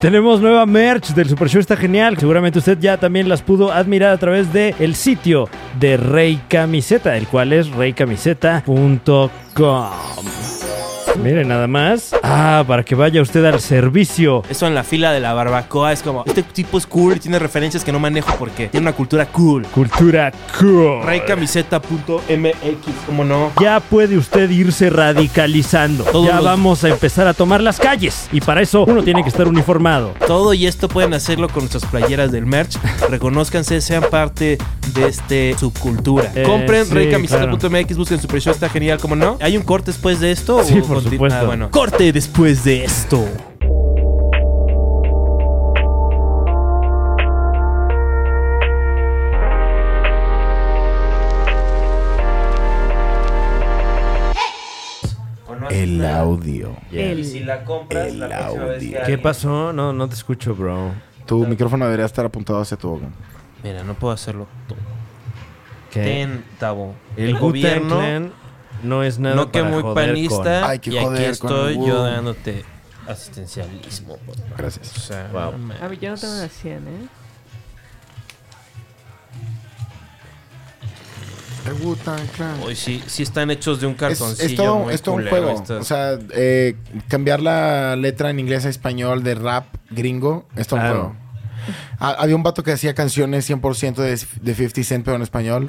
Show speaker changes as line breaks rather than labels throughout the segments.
Tenemos nueva merch del Super Show, está genial. Seguramente usted ya también las pudo admirar a través del el sitio de Rey Camiseta, el cual es reycamiseta.com. Mire nada más. Ah, para que vaya usted al servicio.
Eso en la fila de la barbacoa es como, este tipo es cool y tiene referencias que no manejo porque tiene una cultura cool.
Cultura cool.
Raycamiseta.mx, ¿cómo no?
Ya puede usted irse radicalizando.
Todos
ya
los-
vamos a empezar a tomar las calles. Y para eso uno tiene que estar uniformado.
Todo y esto pueden hacerlo con nuestras playeras del merch. Reconózcanse, sean parte de este subcultura.
Eh,
Compren
sí,
reycamiseta.mx, busquen su precio, está genial, ¿cómo no? ¿Hay un corte después de esto?
Sí, por
conti-
supuesto.
Ah, bueno. Corte después de esto.
El audio.
si la compras,
el la próxima vez que audio.
¿Qué pasó? No, no te escucho, bro.
Tu micrófono debería estar apuntado hacia tu boca.
Mira, no puedo hacerlo todo.
¿Qué?
Ten, Tabo.
Eh, El gobierno no es nada
no que
para
muy
joder
panista.
Hay que
y aquí
joder con
estoy
el
yo
huevo.
dándote asistencialismo. O
Gracias.
sea,
Wow.
no mames.
A ver, yo no tengo una 100, ¿eh?
Hoy sí, sí están hechos de un
Es,
cartoncillo.
es todo,
muy
es todo un
culero,
juego.
esto.
O sea, eh, cambiar la letra en inglés a español de rap gringo es todo
Claro.
un juego. Ha- había un vato que hacía canciones 100% de, de 50 Cent, pero en español.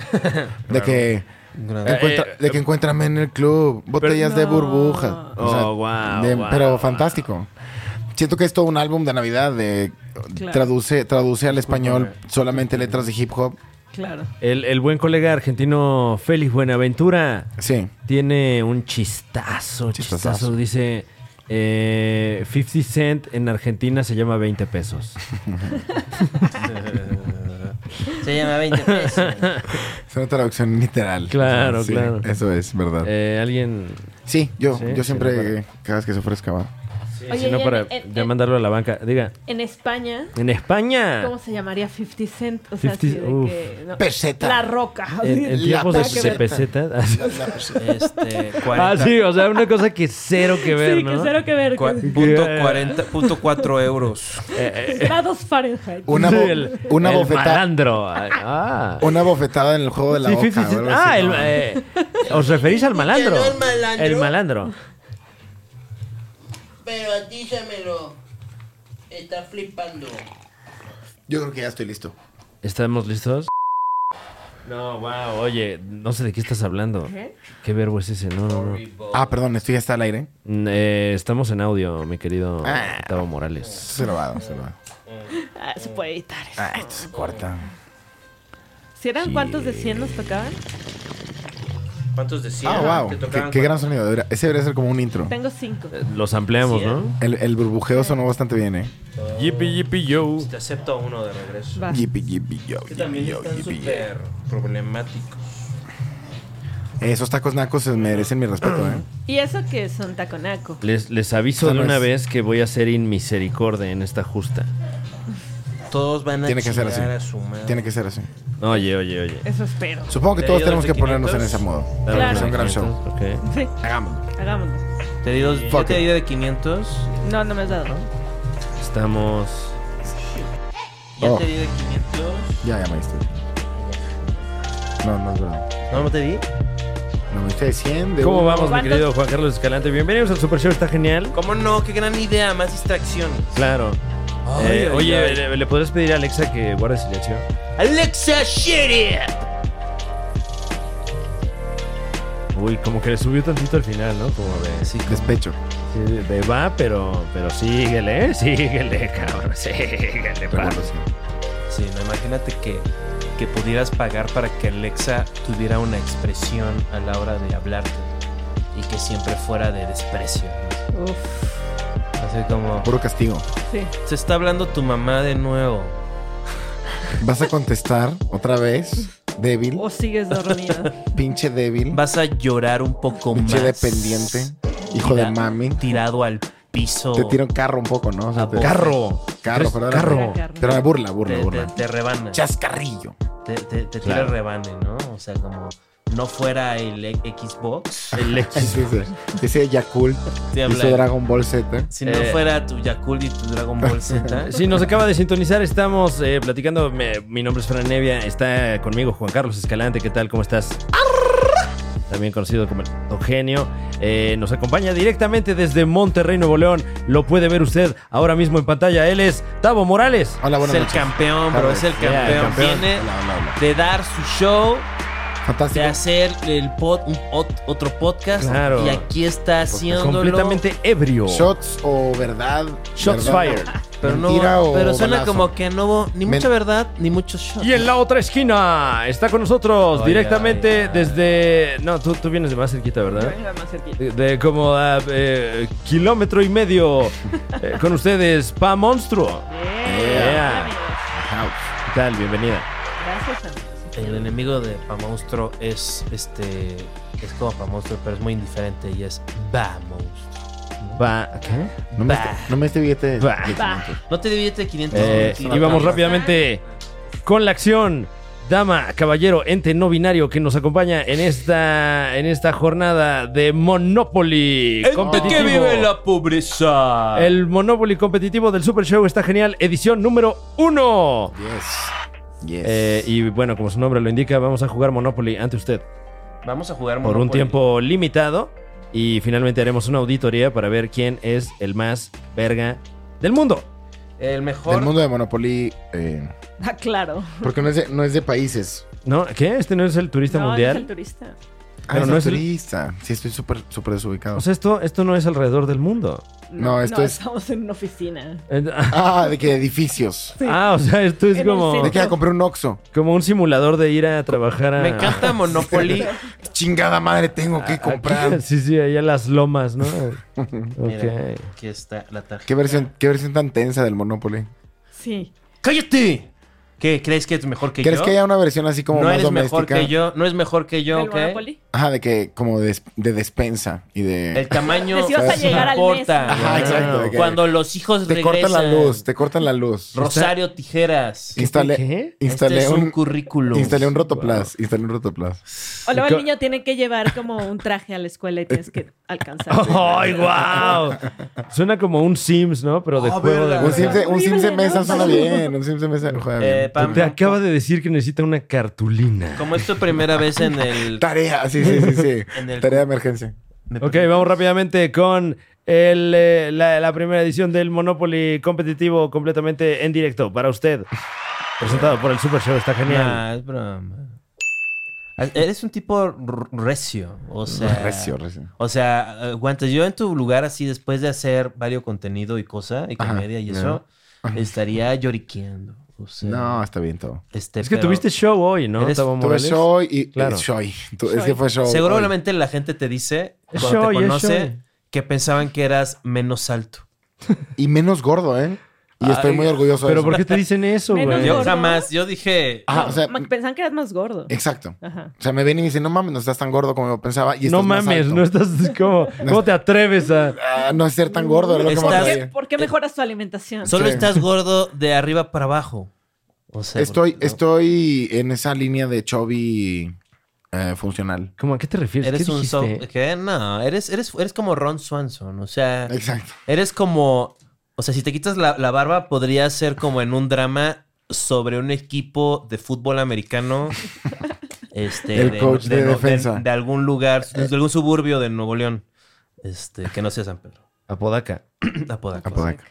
de, que
Grande.
encuentra,
Eh,
de que encuéntrame en el club botellas de
No.
burbuja. O sea,
Oh, wow,
de-
wow,
Pero
wow.
fantástico. Siento que es todo un álbum de Navidad. De,
Claro.
traduce, traduce al español
eh.
solamente letras de hip hop.
Claro.
El, el buen colega argentino Félix Buenaventura
Sí.
tiene un chistazo, chistazo.
Chistazazo.
Dice, eh, 50 Cent en Argentina se llama 20 pesos.
Se llama 20 pesos.
Es una traducción literal.
Claro,
Sí,
claro.
Eso es, verdad.
Eh, Alguien,
sí, yo,
sí,
yo
sí,
siempre,
no, para-
eh, cada vez que se ofrezca, va.
Oye,
si no
y en-
para
en-
ya
en-
mandarlo a la banca. Diga,
En España,
en España,
¿cómo se llamaría 50 Cent? O
50
sea, así de
Ah. uf.
que, no.
Peseta.
La roca.
en, en
La
tiempos de,
peseta.
de pesetas. Ah, sí.
Este, 40,
Ah, sí, o sea, una cosa que cero que ver,
sí,
¿no? Eh,
que cero que ver.
cua-
con
punto
Yeah.
40, punto 4 euros.
eh.
grados Fahrenheit.
Una,
Sí,
bo-
el-
una
el
bofetada.
malandro. Ah.
Una bofetada en el juego de la
Sí,
boca.
50
o
Cent.
algo
Ah,
así,
el,
¿no?
eh, os referís al malandro.
Ya no el malandro.
El malandro.
Pero dígamelo. Está flipando.
Yo creo que ya estoy listo.
¿Estamos listos? No, wow, oye, no sé de qué estás hablando.
¿Qué?
¿Qué verbo es ese? No, no, no.
Ah, perdón, esto ya está al aire.
Mm, eh, estamos en audio, mi querido
Ah.
Tavo Morales.
Se lo va, se lo va.
Ah, se puede editar. eso.
Ah, esto se corta.
¿Si eran cuántos de 100 nos tocaban?
¿Cuántos decían?
Ah, wow. Qué, qué gran sonido. Debería- Ese debería ser como un intro.
Tengo 5.
Eh, Los ampliamos,
Sí,
¿no?
El, el burbujeo sonó bastante bien, eh.
Yippee, yippee, yo.
Te acepto uno de regreso.
Va.
Yipi, yipi, yo,
Que
yipi,
también
yo,
están
yipi, yo.
súper problemáticos.
Esos tacos nacos se merecen mi respeto, eh.
Y eso que son taconaco.
Les, les aviso
Esa
de
no
una
es.
vez que voy a ser inmisericordia en esta justa.
Todos van a
Tiene que ser así.
chingar a su madre.
Tiene que ser así.
Oye, oye, oye.
Eso espero.
Supongo que
¿Le
todos
dio dos
tenemos
de
que ponernos en
500?
ese modo.
Claro.
Es un gran show.
Ok.
Sí,
Hagámoslo.
hagámoslo.
Te di dos, yo
Fuck
te
it.
di de 500.
No, no me has dado.
Estamos.
Yo
Oh.
te di de 500.
Ya, ya me diste. No, no es verdad.
No, no te di.
No me diste de 100. De
¿Cómo
uno.
vamos, mi
¿Cuántos?
querido Juan Carlos Escalante? Bienvenidos al Super Show, está genial.
¿Cómo no? Qué gran idea, más distracción.
Claro. Eh, oye, ¿le, le podrías pedir a Alexa que guarde silencio?
Alexa, shut it.
Uy, como que le subió tantito al final, ¿no? Como de,
Sí, como-
Despecho.
sí, de- de va, pero, pero síguele, ¿eh? síguele, cabrón, síguele, parro.
Revolución.
sí, no, imagínate que, que pudieras pagar para que Alexa tuviera una expresión a la hora de hablarte y que siempre fuera de desprecio. ¿no?
Uf,
Así como,
Puro castigo.
sí.
se está hablando tu mamá de nuevo.
¿Vas a contestar otra vez? Débil.
O sigues dormido.
¿Eh?
Pinche débil.
Vas a llorar un poco
Pinche
más.
dependiente. Hijo de
Tira-
mami.
Tirado al piso.
Te tira un carro un poco, ¿no? O sea,
A
te-
vos.
Carro.
Carro, perdón.
Carro.
Carro.
Pero me burla, burla,
te, te,
burla.
te rebana.
Chascarrillo.
Te, te, te tira
Claro.
rebane, ¿no? O sea, como no fuera el e- Xbox, el Xbox,
Sí, sí. Dice Yakult,
te habla-
hizo Dragon Ball Z.
si no
Eh.
fuera tu Yakult y tu Dragon Ball Z,
Si nos acaba de sintonizar, estamos eh, platicando. Me- mi nombre es Fran Nevia, está conmigo Juan Carlos Escalante. ¿Qué tal? ¿Cómo estás? También conocido como el Don Genio. Eh, nos acompaña directamente desde Monterrey, Nuevo León. Lo puede ver usted ahora mismo en pantalla. Él es Tavo Morales.
Hola,
es
buenas
el
noches.
campeón, bro, es el
Ya, el
campeón.
campeón.
Viene
Hola, hola, hola.
de dar su show, de
Fantástico.
hacer el pod- un ot- otro podcast
Claro. Pues
y aquí está haciéndolo.
Completamente ebrio.
Shots o verdad.
Shots
verdad,
fired.
Pero no,
mentira o
pero suena
balazo.
como que no hubo ni
Men-
mucha verdad ni muchos shots.
Y en la otra esquina está con nosotros
Oiga,
directamente
oiga.
desde. No, tú, tú vienes de más cerquita, ¿verdad?
Venga, más cerquita.
De, de como a eh, kilómetro y medio eh, con ustedes, Pa Monstruo. Yeah.
Yeah. amigos.
¿Qué tal? Bienvenida.
Gracias, amigos.
El enemigo de Pamonstro es este. Es como Pamonstro, pero es muy indiferente y es Vamos.
Va.
No me, este, no me este billete.
Bah.
de
Bah.
500.
No te diviertes 500
Eh,
kilos.
y vamos rápidamente con la acción. Dama, caballero, ente no binario que nos acompaña en esta, en esta jornada de Monopoly. competitivo.
pobreza?
El Monopoly competitivo del Super Show está genial, edición número uno.
Yes. Yes.
Eh, y bueno, como su nombre lo indica, vamos a jugar Monopoly ante usted
Vamos a jugar
por un
Monopoly.
tiempo limitado. Y finalmente haremos una auditoría para ver quién es el más verga del mundo.
El mejor.
Del mundo de Monopoly. eh,
Ah, claro.
porque no es, de, no es de países.
¿No? ¿Qué? ¿Este no es el turista
No,
mundial?
es el turista.
Ah,
Pero
es
no es el-
turista. Sí, estoy súper súper desubicado.
O sea, esto, esto no es alrededor del mundo.
No, esto es-
Estamos en una oficina.
Eh, ah,
ah, de que edificios.
Sí.
Ah, o sea, esto es
En el
como,
De que
centro.
ya compré un Oxxo.
como un simulador de ir a trabajar a...
Me encanta Monopoly.
Chingada madre, tengo
a-
Ah,
que comprar.
aquí- sí, sí, allá las lomas, ¿no?
Mira,
ok.
aquí está la tarjeta.
¿Qué versión, qué versión tan tensa del Monopoly.
Sí.
¡Cállate! ¿Qué? ¿Crees que es mejor que
¿Crees
yo?
que haya una versión así como
no
más
eres
doméstica?
mejor que yo. No es mejor que yo,
¿El
¿ok?
Monopoly?
Ajá, de que como des- de despensa y de...
El tamaño
Les ibas
a
no
llegar al
importa.
mes.
Ajá, exacto, de que-
Cuando los hijos
Te
regresan.
cortan la luz, te cortan la luz.
Rosario Tijeras.
Instalé,
¿Qué?
instalé
este es un,
un,
currículum.
instalé un rotoplas, instalé un rotoplas.
O luego
Co-
el niño tiene que llevar como un traje a la escuela y tienes que alcanzar.
Oh.
¡Ay, wow! Suena como un Sims, ¿no? Pero de
Ah,
juego de...
verdad.
Un Sims de, un
Horrible,
Sims de
¿no?
mesa suena
Para-
bien, un Sims de mesa juega bien.
Eh, Pam,
Te acaba de decir que necesita una cartulina.
Como es tu primera vez en el.
Tarea, sí, sí, sí, sí.
En el-
Tarea de emergencia.
¿Me
Ok,
permites?
vamos rápidamente con el, eh, la, la primera edición del Monopoly competitivo completamente en directo para usted. Presentado por el Super Show, está genial.
Nah, Ah, es broma. Ah, Eres un tipo r- recio. O sea.
Recio, recio.
O sea, aguantas. Yo en tu lugar, así después de hacer varios contenido y cosa, y
Ajá,
comedia y
ya.
eso, estaría lloriqueando. O sea,
No, está bien todo.
este,
es que
pero
tuviste show hoy, ¿no?
Eres-
Tavo
Tuve
Morales?
Shoy y...
Claro.
Claro. Es que fue Shoy.
Seguramente la gente te dice,
Es
cuando
show,
te
es
conoce,
show.
que pensaban que eras menos alto.
Y menos gordo, ¿eh? Y estoy
Ay,
muy orgulloso de
Pero
eso.
¿por qué te dicen eso,
Menos
güey?
Yo
gordo.
jamás, yo dije,
Ajá,
No,
o sea...
ma- pensaban que eras más gordo.
Exacto.
Ajá.
O sea, me ven y me dicen, no mames, no estás tan gordo como yo pensaba. Y
No
estás más
mames,
alto".
no estás como... ¿Cómo te atreves a...?
Ah, no es ser tan gordo, era lo que me
Estás-
¿Por qué,
atraía.
por qué mejoras tu alimentación?
solo
Sí.
estás gordo de arriba para abajo. O sea,
Estoy,
porque-
estoy en esa línea de chubby eh, funcional.
¿Cómo, ¿A qué te refieres?
Eres
¿Qué
un so-
dijiste?
¿qué? No, eres, eres, eres como Ron Swanson. O sea,
Exacto.
eres como. O sea, si te quitas la, la barba, podría ser como en un drama sobre un equipo de fútbol americano. este,
El coach de
no-
defensa.
de algún lugar, de algún suburbio de Nuevo León. Este, que no sea San Pedro.
Apodaca.
Apodaca.
Apodaca.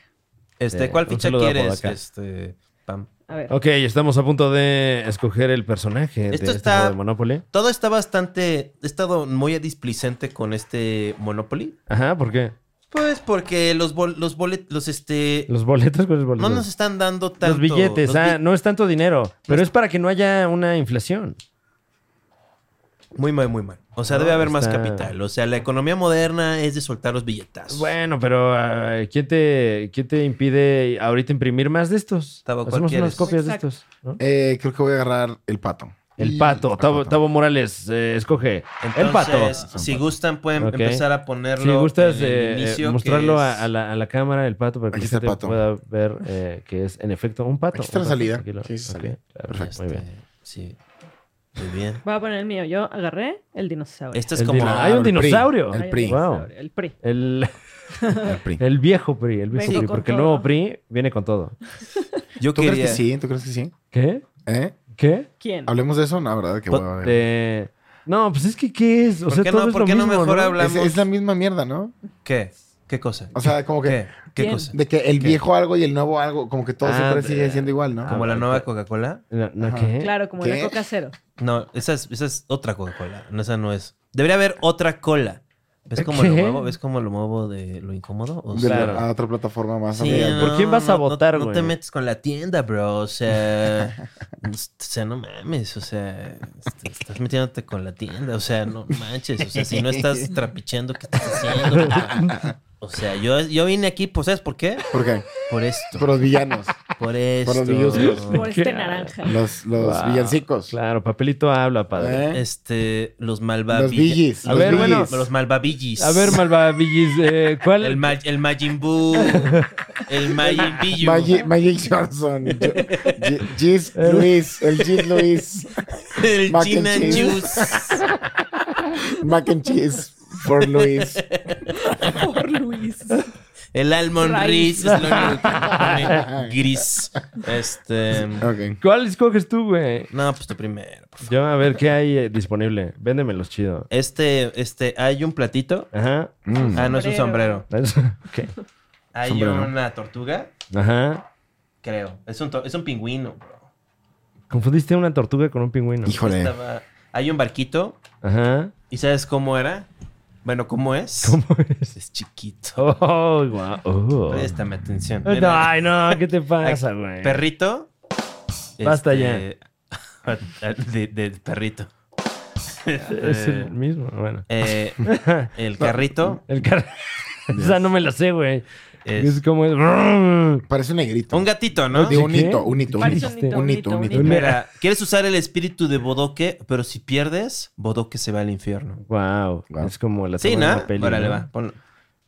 Este,
Eh,
¿cuál
un
ficha
saludo a
quieres?
Apodaca.
Este, Pam.
A ver.
Ok, estamos a punto de escoger el personaje de
Esto
este
está-
juego de Monopoly.
Todo está bastante. He estado muy displicente con este Monopoly.
Ajá, ¿por qué?
Pues porque los bol- los bolet- los este
¿Los boletos? ¿Cuáles
no
boletos?
nos están dando tanto.
los billetes,
los
ah,
bi-
no es tanto dinero, pero es para que no haya una inflación.
Muy mal, muy mal. O sea,
No,
debe haber más
está-
capital. O sea, la economía moderna es de soltar los billetazos.
Bueno, pero ah, ¿quién, te, quién te impide ahorita imprimir más de estos?
Tavo, ¿cuál
Hacemos unas
quieres?
copias
Exacto.
de estos. ¿no?
Eh, creo que voy a agarrar el pato.
El
Y-
pato,
el
Tavo, Tavo Morales, eh, escoge. el pato.
Entonces, Si gustan, pueden
Ok.
empezar a ponerlo.
Si gustas
en el
eh, eh,
inicio, que
mostrarlo a,
es-
a la, a la cámara, el pato, para que
Aquí
la
está el
gente
pato.
pueda ver eh, que es en efecto un pato.
Aquí está
un
la
pato,
salida.
tranquilo.
Aquí está la
Ok,
salida.
claro, Muy
este,
bien.
Sí. Muy bien.
Voy a poner el mío. Yo agarré el dinosaurio.
Esto Este es
El
como.
dino- Hay un
Ah, el PRI,
dinosaurio.
el
Ay,
PRI.
dinosaurio, El PRI.
El,
El PRI.
el viejo PRI, el viejo
Vengo
PRI,
con
porque el
todo.
nuevo PRI viene con todo.
Yo
¿Tú
quería.
crees que sí? ¿Tú crees que sí?
¿Qué?
¿Eh?
¿Qué?
¿Quién?
¿Hablemos de eso? No, ¿verdad? Qué
Po-
hueva. güey.
Pues, de- No, pues es que ¿qué es? O
¿Por
sea,
qué
todo
no,
es
por
lo
qué no
mismo,
mejor
¿no?
hablamos?
Es, es la misma mierda, ¿no?
¿Qué? ¿Qué cosa?
O sea, como que...
¿Qué? ¿Qué
¿Quién?
cosa?
De que el viejo algo y el nuevo algo, como que todo
Ah,
siempre
de-
sigue siendo igual, ¿no?
Ah,
¿Como la
bueno,
nueva
claro.
Coca-Cola?
No, no,
Ajá.
¿qué?
Claro, como
¿Qué?
la coca cero.
No, esa es, esa es otra Coca-Cola. No, esa no es. Debería haber otra cola. ¿Ves
¿Eh, ¿Qué?
cómo lo muevo? ¿Ves cómo lo muevo de lo incómodo? O
De
sea,
Claro.
la- a otra plataforma más.
pues, sí,
amiga.
¿Por quién vas a
no- no-
votar,
no,
güey?
te metes con la tienda, bro. O sea, o sea, no mames. O sea, est- estás metiéndote con la tienda. O sea, no manches. O sea, si no estás trapicheando, ¿qué estás haciendo? bro? O sea, yo, yo vine aquí, pues, ¿sabes por qué?
¿Por qué?
Por esto.
Por los villanos.
Por esto.
los videos.
Por este
¿Qué?
naranja.
Los, los
Wow.
villancicos.
Claro, papelito habla, padre.
¿Eh?
Este, los malvavillas.
Los villis.
A
los
ver, bueno,
villis.
Los malvavillis.
A ver, Malvavillis, eh, ¿cuál?
El, ma el Majin Buu. el Majin Biyu.
Magi- Magic Johnson. Yo- G- Gis Luis. El Gis Luis.
el
Mac and
China
cheese.
Juice.
Mac and cheese for Luis.
Por Luis.
El Almond Riz.
Rice.
Es lo único que pone gris. Este.
Ok.
¿Cuál escoges tú, güey?
No, pues tu primero. por favor.
Yo, a ver, ¿qué hay eh, disponible? Véndemelos chido.
Este, este, hay un platito.
Ajá.
Mm.
Ah, no es un sombrero.
Ok.
Hay
Sombrero.
una tortuga,
Ajá.
creo. Es un, to- es un pingüino, bro.
Confundiste una tortuga con un pingüino.
Híjole.
Estaba- Hay un barquito.
Ajá.
¿Y sabes cómo era? Bueno, ¿cómo es?
¿Cómo es?
Es chiquito.
Oh, guau. Oh.
Préstame atención.
No,
Pues, Mira,
Ay, no, ¿qué te pasa, güey?
Perrito.
Basta
ya. De, de perrito.
Es
Eh,
el mismo, bueno.
eh, el carrito.
El carro. Esa no me la sé, güey.
es-
Es como. es-
Parece un negrito.
un gatito, ¿no?
Digo, un
¿Qué?
hito, un hito, un
Parece
hito.
un hito,
Un
un
hito,
hito,
un
un
hito.
hito.
Mira, quieres usar el espíritu de Bodoque, pero si pierdes, Bodoque se va al infierno.
Wow.
Guau.
Es como la
Sí,
toma de
¿no?
una peli,
Órale,
¿no?
va. ponlo.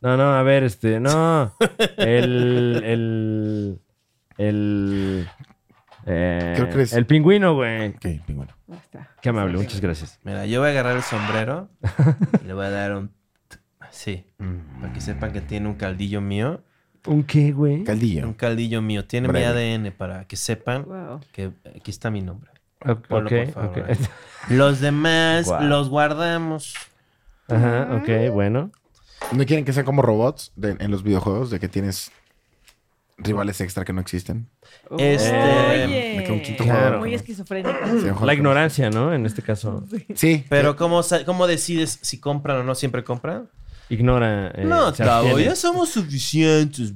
No, no, a ver, este, no. El. El. El. eh,
Creo que es-
El pingüino, güey.
Ok, pues pingüino.
Ahí está.
Qué amable, muchas gracias.
Mira, yo voy a agarrar el sombrero y le voy a dar un... t- Así, para que sepan que tiene un caldillo mío.
¿Un qué, güey?
Un
Caldillo.
caldillo mío. Tiene
Breve.
mi ADN para que sepan
Wow.
que aquí está mi nombre.
O- Ok,
Ponlo, por favor,
ok.
ahí. Los demás
Guau.
los guardamos.
Ajá, ok, bueno.
¿No quieren que sean como robots de- en los videojuegos? De que tienes rivales extra que no existen.
Este,
Oye.
me quedó un quinto
jugador.
Muy esquizofrénico.
Sí, ojo,
La
ojo.
ignorancia, ¿no? En este caso.
Sí.
Pero ¿cómo, sa- cómo decides si compran o no siempre compran?
Ignora. eh,
no,
se
chavo,
abstiene.
ya somos suficientes,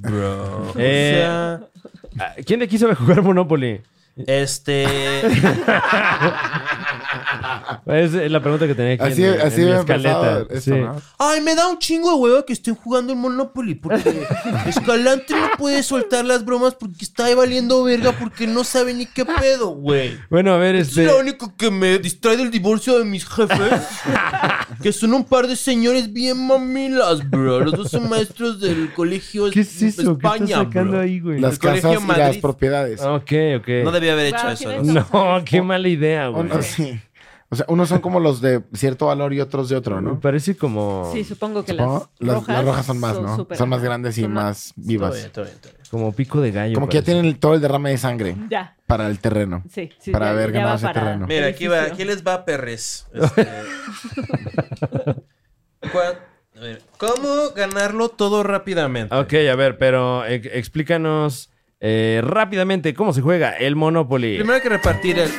bro.
Eh.
O sea,
Ah, ¿Quién de aquí sabe jugar Monopoly?
este...
Es eh, la pregunta que tenía aquí.
Así,
en mi-
así
en mi
me
escaleta.
pasado esto,
Sí.
¿no?
Ay, me da un chingo de hueva que estén jugando el Monopoly porque Escalante no puede soltar las bromas porque está ahí valiendo verga porque no sabe ni qué pedo, güey.
Bueno, a ver,
Eso Es
este.
lo único que me distrae del divorcio de mis jefes. que son un par de señores bien mamilas, bro. Los dos son maestros del colegio
¿Qué es eso? ¿Qué
España,
estás sacando
bro.
ahí, güey?
Las
El colegio
casas y las
Madrid.
propiedades.
Ok, Ah, ok.
No debía haber hecho
Wow,
eso.
tienes
¿no?
No, qué mala idea, güey.
Uno- Oh. sí. O sea, unos son como los de cierto valor y otros de otro,
Me
¿no?
parece como,
Sí, supongo que
Supongo-
las, rojas
son más, ¿no?
súper-
son más grandes y
son eh.
más
Todo
vivas.
bien, todo bien, todo bien.
como pico de gallo.
Como que ya
parece.
tienen el- todo el derrame de sangre
Ya,
para el terreno.
sí. sí
Para
ya-
haber
ya
ganado
va
ese
para
este terreno.
Mira, aquí, va, aquí
beneficio.
les va Perres. Este, ¿Cuál- a ver, ¿Cómo ganarlo todo rápidamente?
Ok, a ver, pero eh, explícanos eh, rápidamente cómo se juega el Monopoly.
Primero hay que repartir el.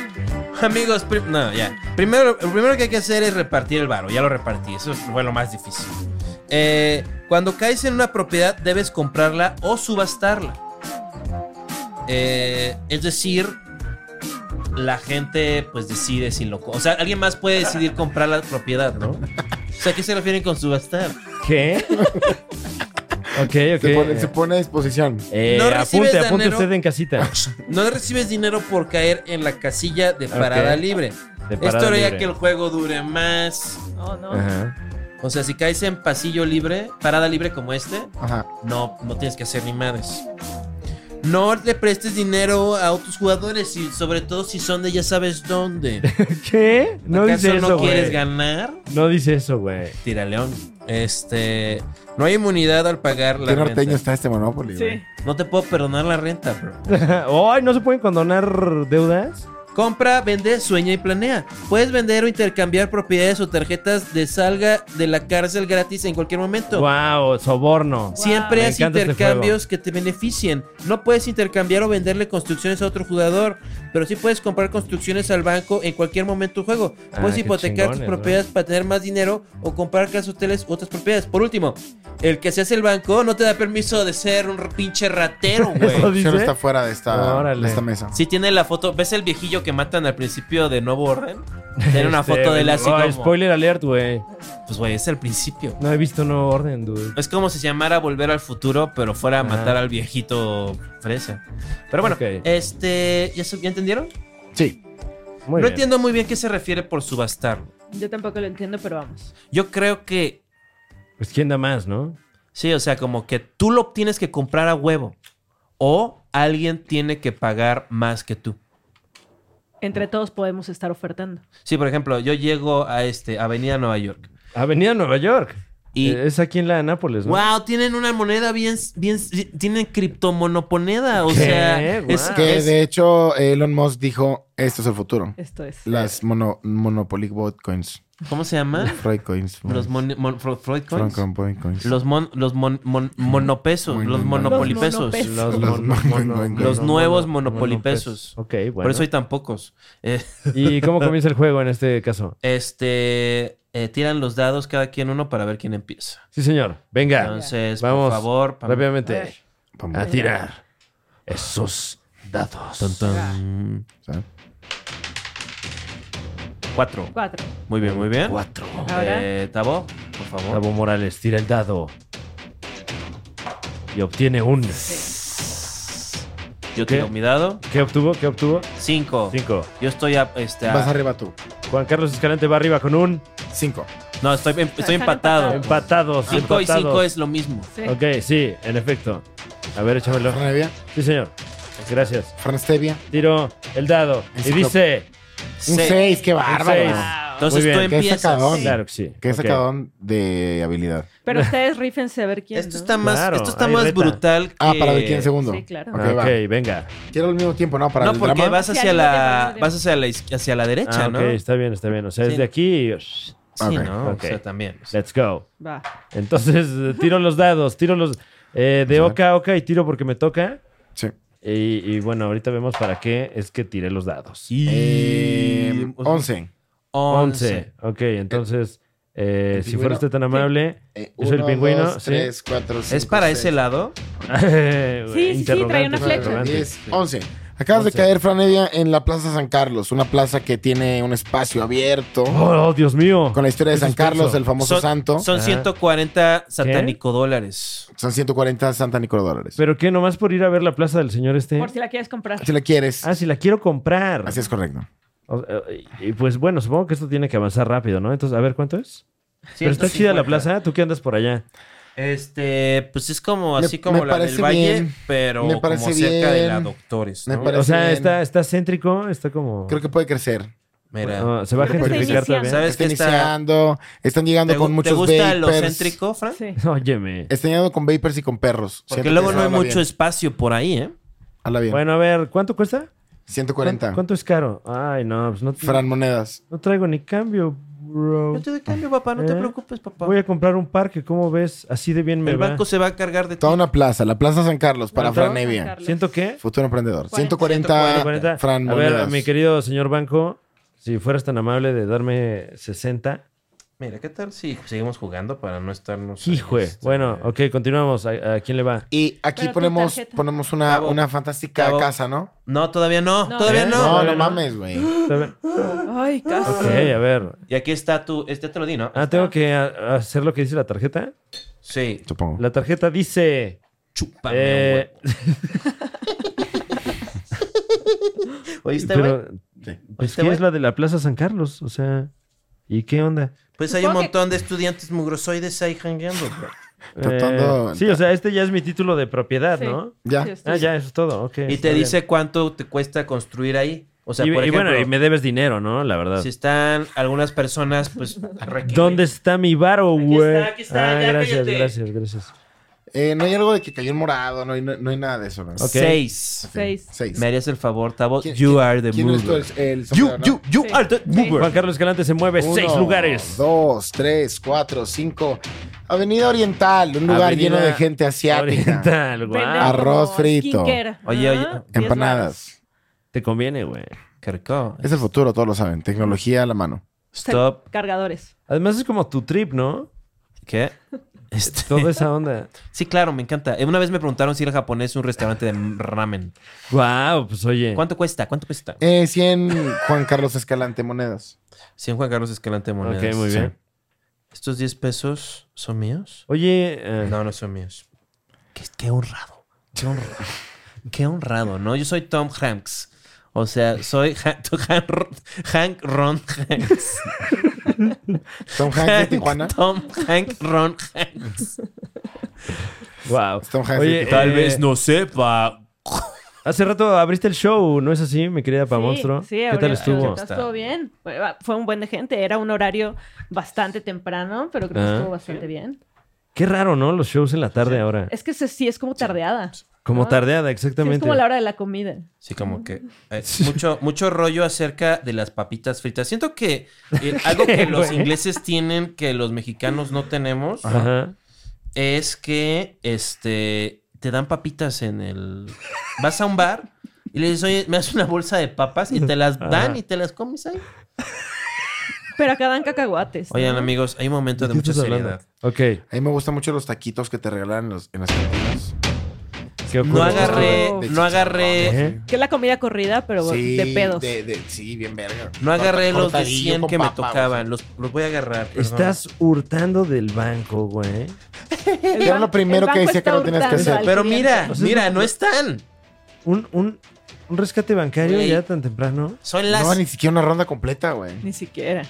Amigos, pri- no, ya. Primero, lo primero que hay que hacer es repartir el varo. Ya lo repartí. Eso fue lo más difícil. Eh, cuando caes en una propiedad, debes comprarla o subastarla. Eh, es decir, la gente pues decide si lo. co- O sea, alguien más puede decidir comprar la propiedad, ¿no? O sea, ¿a qué se refieren con subastar?
¿Qué? ok, ok.
Se, pone, se pone a disposición.
Eh,
No recibes
apunte, apunte
dinero.
usted en casita.
No recibes dinero por caer en la casilla de parada
Ok.
libre.
De parada
Esto haría
libre.
que el juego dure más.
Oh, no.
Ajá.
O sea, si caes en pasillo libre, parada libre como este,
Ajá.
no, no tienes que hacer ni madres. no le prestes dinero a otros jugadores, y sobre todo si son de ya sabes dónde.
¿Qué? No
¿Acaso
dice eso,
no quieres
güey.
ganar?
No dice eso, güey.
Tira León. Este, no hay inmunidad al pagar la
Qué norteño
renta.
está este Monopoly, güey.
Sí.
No te puedo perdonar la renta, bro.
Ay, ¿no se pueden condonar deudas?
Compra, vende, sueña y planea. Puedes vender o intercambiar propiedades o tarjetas de salga de la cárcel gratis en cualquier momento.
Wow, soborno.
Siempre
Me
haz
encanta este
intercambios que te beneficien. No puedes intercambiar o venderle construcciones a otro jugador, pero sí puedes comprar construcciones al banco en cualquier momento del juego.
Ah,
Puedes
qué
hipotecar tus
chingones,
propiedades para tener más dinero o comprar casas, hoteles u otras propiedades. Por último, el que se hace el banco no te da permiso de ser un pinche ratero,
Eso
güey.
dice.
Cero está fuera de esta,
Órale.
de esta mesa.
Si tiene la foto, ¿ves el viejillo que matan al principio de Nuevo Orden? Tiene una
Este,
foto de él así
ay,
como-
Spoiler alert, güey.
Pues güey, es el principio.
No he visto nuevo orden, dude.
Es como si se llamara Volver al Futuro, pero fuera a matar
Ah.
al viejito fresa. Pero bueno,
Ok.
este, ¿ya, sab- ya entendieron?
Sí.
Muy
no
bien.
entiendo muy bien qué se refiere por subastarlo.
Yo tampoco lo entiendo, pero vamos.
Yo creo que
Pues quién da más, ¿no?
sí, o sea, como que tú lo tienes que comprar a huevo o alguien tiene que pagar más que tú.
Entre todos podemos estar ofertando.
Sí, por ejemplo, yo llego a este Avenida Nueva York
Avenida Nueva York.
y
Eh, Es aquí en la Nápoles, Pues ¿no?
Wow, tienen una moneda bien, bien, tienen criptomonoponeda, o
¿Qué?
sea,
Guau.
Ah,
Que
es-
de hecho Elon Musk dijo, esto es el futuro.
Esto es.
Las mono, Monopoly Botcoins.
¿cómo se llama?
Freud coins.
Pues
Los mon- mon- Fro- Freud coins.
Franco Boy coins.
Los, mon- los mon- mon- monopesos,
Muy
los
bien.
monopolipesos.
Los
Los,
Los
monopesos.
mon-
mon-
mono-
mon-
mono-
los
mono-
nuevos
mono-
monopolipesos.
Ok, bueno.
Por eso hay tan pocos. Eh,
¿Y cómo comienza el juego en este caso?
este, eh, tiran los dados cada quien uno para ver quién empieza.
Sí, señor. Venga.
Entonces,
Vamos,
por favor, pam-
A
rápidamente
ver.
Pam,
a tirar esos dados.
Tan, tan.
¿sabes?
Cuatro.
Cuatro.
Muy bien, muy bien.
Cuatro.
Ahora.
Eh, Tabo, por favor.
Tabo Morales tira el dado y obtiene un.
Yo
¿Qué?
tengo mi dado.
¿Qué obtuvo? ¿Qué obtuvo?
Cinco.
Cinco.
Yo estoy a, este, a-
Vas arriba tú.
Juan Carlos Escalante va arriba con un
Cinco.
No, estoy, em- estoy
Están
empatado.
empatados.
empatado.
Cinco y
empatados.
cinco es lo mismo.
Sí.
Ok, sí, en efecto. A ver, échamelo.
Fran Evia,
Sí, señor. Gracias.
Fran Stevia.
Tiro el dado y
Enciclop-
dice.
Un
Se-
seis, qué bárbaro.
seis.
Entonces
Muy
tú
bien,
qué
empiezas.
sacadón.
Claro que sí.
Qué
Ok.
sacadón de habilidad.
Pero ustedes rífense a ver quién.
Esto
¿no?
está más,
Claro,
esto está
hay
más
reta.
brutal que...
Ah, para ver quién segundo.
Sí, claro.
Ok,
Ah,
va.
ok, venga.
Quiero al mismo tiempo, ¿no? Para
no,
el
porque
drama.
vas
Sí, al
hacia
mismo
la,
tiempo, al mismo
vas hacia la, iz- hacia la derecha,
Ah,
¿no?
ok, está bien, está bien. O sea,
Sí.
desde aquí.
Sí,
Ok,
¿no?
ok.
O sea, también.
Let's go.
Va.
Entonces, eh, tiro los dados, tiro los. eh, de oca a oca y tiro porque me toca.
Sí.
Y, y bueno, ahorita vemos para qué es que tiré los dados.
Eh, once.
11.
Once.
Ok, entonces, eh,
¿El
si
pingüino?
fuera usted tan amable.
Eh,
Yo soy el
uno,
pingüino,
dos,
sí.
tres, cuatro,
¿Es
cinco,
para
seis,
ese lado?
sí, sí, trae una
nueve,
flecha.
interrogante.
diez, Once. Acabas
Once.
de caer, Fran Evia, en la Plaza San Carlos. Una plaza que tiene un espacio abierto.
Oh, Dios mío.
Con la historia de
Ese
San
es falso.
Carlos, el famoso
Son-
santo.
Son
Ajá.
140 satánico dólares.
Son 140 Santa Nicolás dólares.
¿Pero qué? ¿Nomás por ir a ver la plaza del señor este?
Por si la quieres comprar.
Si la quieres.
Ah, si la quiero comprar.
Así es correcto.
O- eh, y pues bueno, supongo que esto tiene que avanzar rápido, ¿no? Entonces, a ver, ¿cuánto es? Pero está chida la
150.
plaza. ¿Tú qué andas por allá?
Este, pues es como
Me-
así como
me
la del
parece
Valle,
bien.
pero
Me
como
parece
cerca de la
bien.
Doctores,
Me
¿no?
parece-
o sea,
bien.
está, está céntrico, está como...
Creo que puede crecer.
Mira.
No, se va a
Creo que está
gentrificar
iniciando.
también.
¿Sabes
Está
que está...
iniciando. Están llegando
¿Te, gu-
con
te
muchos
gusta lo
vapers.
céntrico, Fran?
Sí.
Óyeme.
Están llegando con vapers y con perros. Siento
Porque
que
luego no hay
habla
mucho
bien.
espacio por ahí, ¿eh?
Habla bien.
Bueno, a ver, ¿cuánto cuesta?
140.
¿Cuánto es caro? Ay, no, pues no,
Fran Monedas.
no traigo ni cambio, bro.
No te doy cambio, papá, no
¿Eh?
te preocupes, papá.
Voy a comprar un parque, ¿cómo ves? Así de bien me
El
va.
banco se va a cargar de ti.
Toda una plaza. La Plaza San Carlos para
¿Cuánto?
Fran Evia.
¿Siento qué?
Futuro emprendedor.
140.
140,
40.
Fran
a ver,
Monedas.
mi querido señor banco, si fueras tan amable de darme 60.
Mira, ¿qué tal si seguimos jugando para no estarnos...
Hijue.
este,
Bueno, ok, continuamos. ¿A, a quién le va?
Y aquí
Pero tu
ponemos,
tarjeta.
ponemos una,
Cabo.
una fantástica
Cabo.
casa, ¿no?
No, todavía no,
No.
todavía
¿Eh?
no.
No,
no,
no
no.
mames, güey.
Está bien.
Ay, casi.
Ok,
Ah.
a ver.
Y aquí está tu... Este te lo di, ¿no?
Ah, tengo que a- hacer lo que dice la tarjeta.
Sí.
Supongo.
La tarjeta dice.
Chúpame
Eh,
un huevo. ¿Oíste, güey?
pero, pues,
¿Oíste,
¿qué
güey?
es la de la Plaza San Carlos? O sea, ¿y qué onda?
Pues hay un
Supongo que-
montón de estudiantes mugrosoides ahí jangueando, bro.
Tratando-
Eh, sí, o sea, este ya es mi título de propiedad,
Sí.
¿no?
Ya.
Sí, estoy-
Ah, ya, eso es todo. ok,
Y
está
te
bien.
dice cuánto te cuesta construir ahí. O sea,
y,
por
y
ejemplo,
bueno, y me debes dinero, ¿no? La verdad.
si están algunas personas, pues... requieren-
¿Dónde está mi varo,
Aquí
güey?
está, aquí está,
ah,
ya,
gracias,
cállate.
gracias, gracias.
Eh, no hay algo de que cayó en morado, no hay, no, no hay nada de eso. ¿no?
Ok.
Seis.
Seis.
Seis.
Me harías el favor, Tavo.
¿Quién-
You
quién-
are the
¿Quién es tú
mover.
el, el
You, pues,
sombrero, no?
you, you
Sí.
are the
Sí.
mover.
Juan Carlos Escalante se mueve
Uno,
seis lugares.
Dos, tres, cuatro, cinco. Avenida Oriental, un lugar
Avenida
lleno de gente asiática.
Oriental, guau.
Venden
Arroz
como
frito.
skinker.
Oye, oye,
Ajá, diez varos.
Empanadas.
Te conviene, güey.
Qué rico.
Este-
Es el futuro, todos lo saben. Tecnología a la mano.
Stop.
Cargadores.
Además es como tu trip, ¿no?
¿Qué? Este-
Toda esa onda.
Sí, claro, me encanta. Eh, Una vez me preguntaron si el japonés es un restaurante de ramen.
Guau, pues oye.
¿Cuánto cuesta? ¿Cuánto cuesta?
Eh, 100 Juan Carlos Escalante Monedas.
100 Juan Carlos Escalante Monedas.
Ok, muy bien.
¿Estos 10 pesos son míos?
Oye, eh,
No, no son míos. Qué, qué honrado. Qué honrado. qué honrado, ¿no? Yo soy Tom Hanks. O sea, soy Han- Hank Ron- Hank Ron Hanks.
Tom Hanks de Tijuana.
Tom Hank Ron Hanks.
guau.
Tom Hanks
Oye,
de
eh,
no sepa.
Hace rato abriste el show, ¿no es así, mi querida Pa
Sí,
Monstruo?
Sí,
¿Qué tal
abrió-
estuvo?
Está- Estuvo bien. Fue fue un buen de gente. Era un horario bastante temprano, pero creo que
Ah.
estuvo bastante bien.
Qué raro, ¿no? Los shows en la tarde ahora.
Es que se- sí es como tardeada. Sí,
Como
¿no?
tardeada,
es
exactamente.
como la hora de la comida.
Sí, como que eh, mucho, mucho rollo acerca de las papitas fritas. Siento que eh, algo que los
güey?
ingleses tienen que los mexicanos no tenemos
Ajá.
es que este te dan papitas en el. Vas a un bar y le dices, oye, me das una bolsa de papas y te las dan
Ajá.
y te las comes ahí.
Pero acá dan cacahuates.
Oigan,
¿no?
amigos, hay un momento de
¿Qué
mucha
estás hablando?
seriedad.
Ok,
A mí me gustan mucho los taquitos que te regalan en, los- en las cantinas.
¿qué ocurre?
No agarré,
De
no agarré,
¿Eh?
Que es la comida corrida, pero
Sí,
de pedos.
de- de- sí, bien verga.
no agarré
Corta-
los de
cortadillo
100
con
que me
papa,
tocaban. Los, los voy a agarrar. perdón.
Estás hurtando del banco, güey.
El
Era lo
ban-
primero
el banco
que decía que
está
no tenías que
hurtando
hacer.
al
Pero
cliente.
mira,
O sea,
mira, no están.
Un, un, un rescate bancario
Güey.
ya tan temprano.
Son las
No, ni siquiera una ronda completa, güey.
Ni siquiera.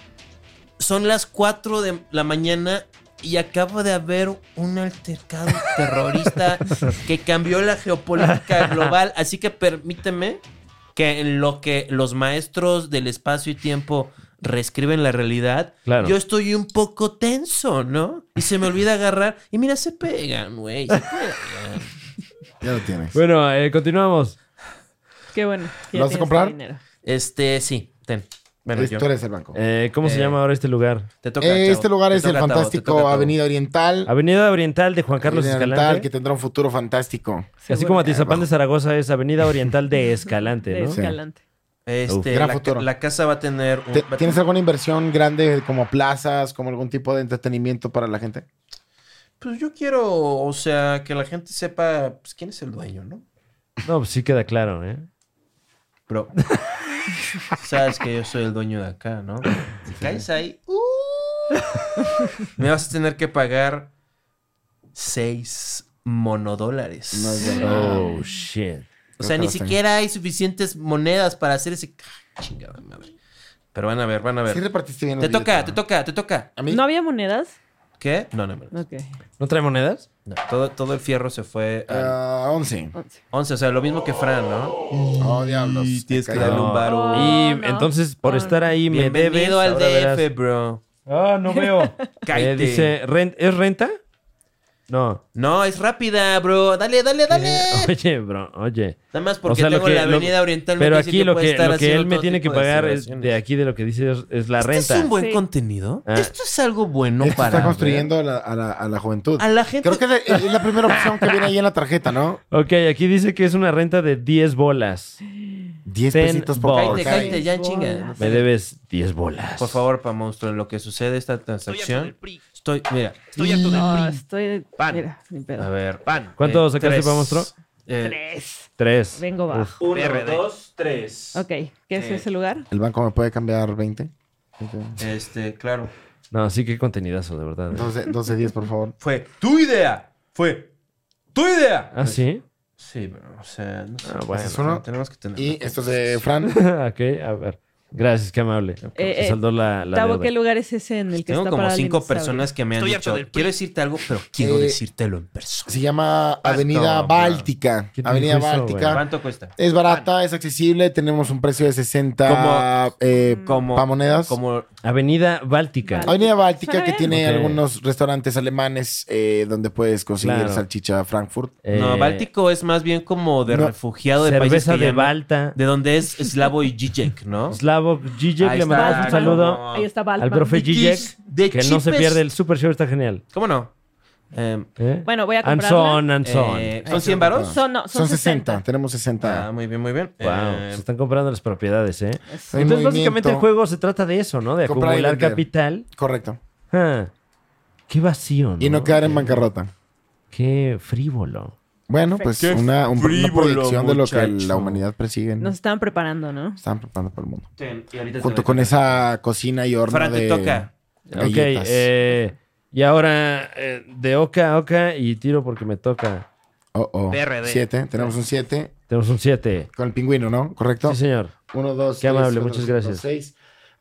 Son las 4 de la mañana y acaba de haber un altercado terrorista que cambió la geopolítica global. Así que permíteme que en lo que los maestros del espacio y tiempo reescriben la realidad,
Claro.
yo estoy un poco tenso, ¿no? Y se me olvida agarrar. Y mira, se pegan, güey. se pegan.
Ya lo tienes.
Bueno, eh, continuamos.
Qué bueno. que ya
¿Lo vas a
tienes
comprar?
tu dinero.
Este, sí, ten. Bueno,
Es-
yo.
Tú eres el banco.
Eh, ¿Cómo se
Eh.
llama ahora este lugar?
Te toca,
Eh,
chavo.
este lugar
Te
es el
toca, Tavo, te
fantástico
toca, Tavo.
Avenida Oriental.
Avenida Oriental de Juan Carlos
Avenida
Escalante.
Oriental, que tendrá un futuro fantástico.
Así
Seguro.
como Atizapán de Zaragoza es Avenida Oriental de Escalante,
De
¿no?
Sí.
escalante.
Este,
Gran
la,
futuro.
la casa va a tener... un-
¿Te-
va a
¿Tienes
tener-
alguna inversión grande como plazas, como algún tipo de entretenimiento para la gente?
Pues yo quiero, o sea, que la gente sepa pues, quién es el dueño, ¿no?
No, pues sí queda claro, ¿eh?
Pero sabes que yo soy el dueño de acá, ¿no? Si caes ahí, ¡uh! me vas a tener que pagar seis monodólares.
No es verdad.
Oh, shit.
o sea,
Creo que
ni
los tengo.
siquiera hay suficientes monedas para hacer ese chingada madre. Pero van a ver, van a
Sí
ver.
repartiste bien los
Te toca, te
billetes, ¿no?
toca, te toca.
A mí,
¿No había monedas?
¿Qué? No, no, no. no.
Ok.
¿No trae monedas?
No, Todo, todo el fierro se fue a
ah, 11.
once.
11, o sea, lo mismo que Fran, ¿no?
Oh, diablos.
Y tienes que
Cayó.
darle un varo.
Oh,
y
no.
entonces, por
Ah.
estar ahí, me debes.
uh. Bienvenido al
ahora
DF,
verás.
bro.
Ah, no veo.
Cállate.
Eh, dice, "Ren- ¿es renta? No.
No, es rápida, bro. Dale, dale, dale.
Oye, bro, oye.
Nada más
eh, O
porque
sea, lo
tengo
que-
la
lo-
avenida oriental. me
Pero
dice
aquí lo
puede
que,
estar
lo que
haciendo
él me
todo
tiene que
tipo de
pagar es
celebraciones.
de aquí de lo que dice es, es la
¿Esto
renta.
es un buen
Sí.
contenido?
Ah.
¿Esto es algo bueno
Esto
para
está
ver?
construyendo a la, a la- a la juventud.
A la gente...
Creo que es la- es la primera opción que viene ahí en la tarjeta, ¿no?
Ok, aquí dice que es una renta de 10 bolas.
10
Ten
pesitos por
balls.
Cállate,
por cada-
cállate, ya en chinga.
Me debes 10 bolas.
Por favor, pa' monstruo, en lo que sucede esta transacción... Estoy... Mira.
Estoy harto del
No,
PRI.
estoy.
Pan.
Mira, ni pedo.
A ver.
Pan.
¿Cuánto
eh,
sacaste
tres.
para monstruo?
Eh,
Tres.
3.
Vengo bajo.
Uno, PRD.
dos, tres.
Ok. ¿Qué es
Eh.
ese lugar?
¿El banco me puede cambiar 20?
Este, claro.
No, sí, qué contenidazo, de verdad. eh.
12, 12 10, por favor.
Fue tu idea. Fue tu idea.
¿Ah, sí?
Sí, pero, o sea, no sé.
Ah, bueno.
Ese es uno.
Tenemos que tener.
Y esto es de Fran.
ok, a ver. Gracias, qué amable.
Eh,
Se
eh,
saldó la, la
Tavo,
deuda.
¿qué lugar es ese en el que
Tengo
está
como
parado el
cinco
dinosaurio?
personas que me han
Estoy harto
dicho,
del PRI.
quiero decirte algo, pero quiero
Eh,
decírtelo en persona.
Se llama Avenida
no,
Báltica.
¿Quién
Avenida
dijo eso,
Báltica.
¿Cuánto cuesta?
Es barata, es accesible. Tenemos un precio de 60
Como-
eh,
como-
pamonedas.
Como
Avenida Báltica.
Vale.
Avenida Báltica
Suena
que
bien.
tiene
Ok.
algunos restaurantes alemanes eh, donde puedes conseguir
Claro.
salchicha Frankfurt.
Eh,
No, Báltico es más bien como de
no,
refugiado de países
cerveza
que
de
ya no-
Balta.
De donde es Slavo y Zizek, ¿no?
Slavo Zizek,
Ahí
le mandamos
está,
un
Balma.
saludo
Ahí está Balma.
al profe Zizek,
de
que no se
chipes.
pierde el super show, está genial.
¿Cómo no? Eh,
¿Eh?
Bueno, voy a comprarla.
Anson, Anson.
eh, ¿Son 100 varos?
Son, no, son,
Ah. Son 60.
60.
tenemos 60.
Ah, muy bien, muy bien.
Wow,
Eh,
se están comprando las propiedades, ¿eh?
Hay
Entonces,
movimiento.
básicamente el juego se trata de eso, ¿no? De
Comprar y
acumular
vender.
capital.
Correcto.
Ah, qué vacío, ¿no?
Y no quedar en bancarrota.
Qué frívolo.
Bueno, pues
Qué
una, un- una
frívolo,
proyección de lo que
muchacho.
la humanidad persigue. ¿no?
Nos estaban preparando, ¿no?
Están preparando para el mundo.
ten, y ahorita te
Junto
doy.
con esa cocina y horno
Fran, te
de
toca.
Ok,
galletas.
eh, y ahora eh, de oca a oca y tiro porque me toca.
Oh, oh.
PRD.
Siete. Tenemos un 7
Tenemos un 7.
con el pingüino, ¿no? ¿Correcto?
Sí, señor.
1, 2,
Qué amable, muchas gracias.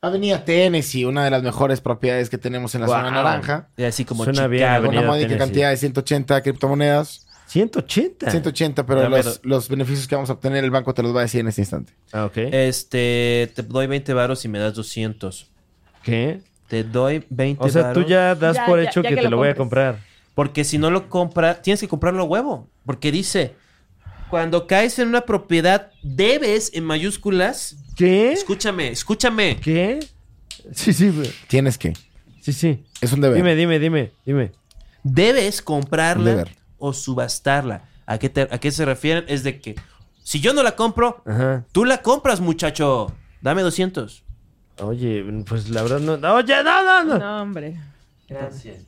Avenida Tennessee, una de las mejores propiedades que tenemos en la zona
Wow.
naranja.
Y así como
Suena bien,
Chicago,
Con
Avenida
una módica
Tennessee. Eh.
cantidad de 180 criptomonedas.
180.
180, pero
Ya,
los, los beneficios que vamos a obtener, el banco te los va a decir en este instante.
Ah, ok.
Este, te doy 20 varos y me das 200.
¿Qué?
Te doy 20
O sea, tú
varos.
ya das
Ya,
por
ya,
hecho
ya
que,
que
te
lo
lo voy a
compres.
comprar.
Porque si no lo compras, tienes que comprarlo a huevo. Porque dice, cuando caes en una propiedad, debes en mayúsculas.
¿Qué?
Escúchame, escúchame.
¿Qué? Sí, sí, güey.
Tienes que.
Sí, sí.
Es un deber.
Dime, dime, dime, dime.
Debes
Un
comprarla
deber.
o subastarla. ¿A qué, te- ¿A qué se refieren? Es de que si yo no la compro,
Ajá.
tú la compras, muchacho. Dame 200.
Oye, pues la verdad no. Oye, no, no,
Ah.
no.
No, hombre.
Gracias,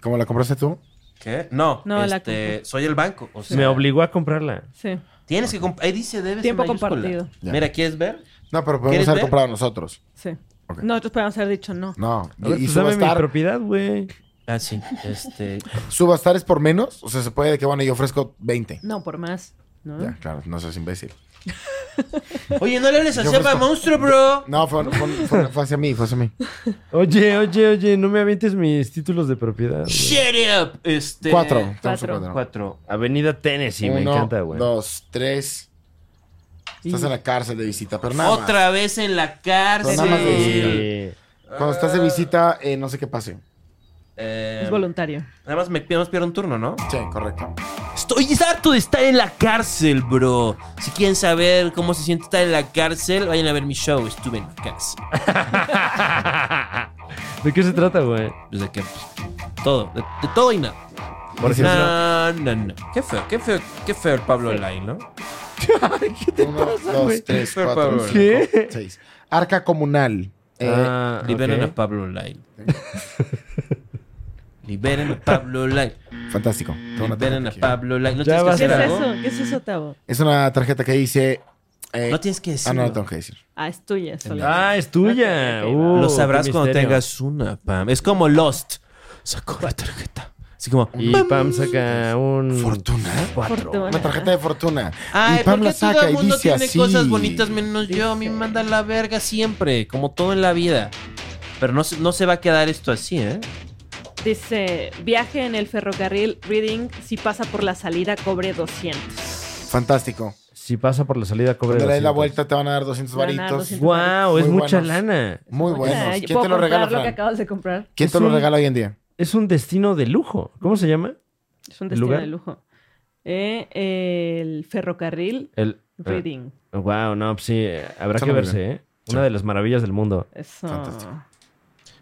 ¿Cómo la compraste tú?
¿Qué? No,
No, la
este,
compro.
soy el banco. o sea,
Me obligó a comprarla.
Sí.
Tienes que comprar. Ahí dice debes en
Tiempo
mayúscula.
compartido.
Ya.
Mira, ¿quieres ver?
No, pero podemos
¿Quieres
haber
ver?
comprado nosotros.
Sí.
Ok.
Nosotros podemos haber dicho no.
No.
A ver,
y
pues dame mi
subastar,
propiedad, güey.
Ah, sí. Este,
subastar es por menos. O sea, se puede de que, bueno, yo ofrezco 20.
No, por más.
Ah.
¿no?
Ya, claro, no seas imbécil.
Oye, no le hables
Yo
así a
ofrezco-
monstruo, bro.
No, fue, fue- fue- fue hacia mí, fue hacia mí.
Oye, oye, oye, no me avientes mis títulos de propiedad. güey.
Shut up. Este.
Cuatro. Tenemos un
Cuatro.
cuatro.
Cuatro.
Avenida Tennessee, me
Uno,
encanta, güey.
Dos, tres. Estás en la cárcel de visita, pero nada. más.
Otra vez en la cárcel. Eh,
Nada más de decir.
Sí.
Cuando estás de visita, eh, no sé qué pase.
Eh,
Es voluntario.
nada más me pierdo, pierdo un turno, ¿no?
Sí, correcto.
Estoy harto de estar en la cárcel, bro. Si quieren saber cómo se siente estar en la cárcel, vayan a ver mi show. Estuve en la cárcel.
¿De qué se trata, güey?
Desde que. pues, todo. De, de todo y nada.
Por ejemplo.
No, no, no. Qué feo, qué feo, qué feo el Pablo Lai, ¿no?
Uno, dos,
güey?
tres,
Pero,
cuatro,
Pablo.
cinco,
¿Qué?
seis. Arca comunal. Eh,
Ah,
Liberen
ok.
a Pablo Lai. Liberen a Pablo Lai.
Fantástico. Tengo una
Liberen a
tarjeta aquí.
Pablo Lai. No
Ya
tienes que
Ah,
vas
¿Qué es
hacer
a-
algo.
eso? ¿Qué es eso, Tavo?
Es una tarjeta que dice. eh,
No tienes que decir.
ah, no, no tengo que decir.
Ah, es tuya. es solo.
Ah, es tuya.
Ok, ok,
Uh,
Oh,
Lo sabrás
qué
cuando
misterio.
tengas una, Pam. Es como Lost. Sacó la tarjeta. Así como.
Y Pam saca un.
Fortuna.
Fortuna.
Una tarjeta de fortuna.
Ay,
y Pam
¿por
la
qué todo
saca
el
y
mundo
dice
tiene
así.
cosas bonitas menos yo? A mí me manda la verga siempre, como todo en la vida. Pero no, se- no se va a quedar esto así, ¿eh?
Dice, viaje en el ferrocarril Reading, si pasa por la salida, cobre 200.
Fantástico.
Si pasa por la salida, cobra.
Cuando le des la
200.
vuelta te van a dar 200
Te van a dar
varitos.
200.
Wow, es
Muy
mucha
buenos.
lana.
Muy
Ah,
buenos. ¿Quién
yo puedo
te lo
comprar
regala,
lo que
Fran?
acabas de comprar.
¿Quién te
Es
lo
un-
regala hoy en día?
Es un destino de lujo. ¿Cómo se llama?
Es un destino
¿Lugar?
de lujo. Eh, el ferrocarril
El.
Eh,
Reading.
wow, no, pues sí, eh, habrá
Está
que
muy
verse, ¿eh? Una de las maravillas del mundo.
Eso.
Fantástico.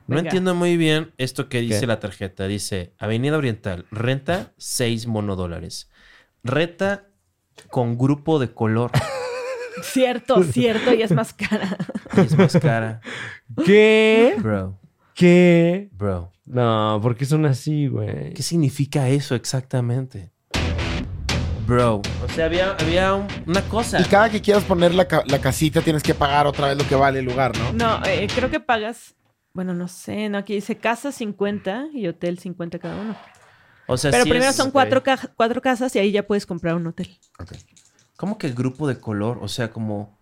No
Venga.
entiendo muy bien esto que dice
¿Qué?
la tarjeta. Dice, Avenida Oriental, renta 6 monodólares. Renta con grupo de color.
Cierto, cierto, y es más cara.
Y es más cara.
¿Qué?
Bro,
¿Qué?
bro.
No, porque son así, güey.
¿Qué significa eso exactamente? Bro. O sea, había, había un- una cosa.
Y cada que quieras poner la, ca- la casita tienes que pagar otra vez lo que vale el lugar, ¿no?
No, eh, creo que pagas, bueno, no sé, no, aquí dice casa 50 y hotel 50 cada uno.
O sea,
Pero
sí
primero
es-
son
ok.
cuatro, ca- cuatro casas y ahí ya puedes comprar un hotel.
¿Cómo que el grupo de color? O sea, como.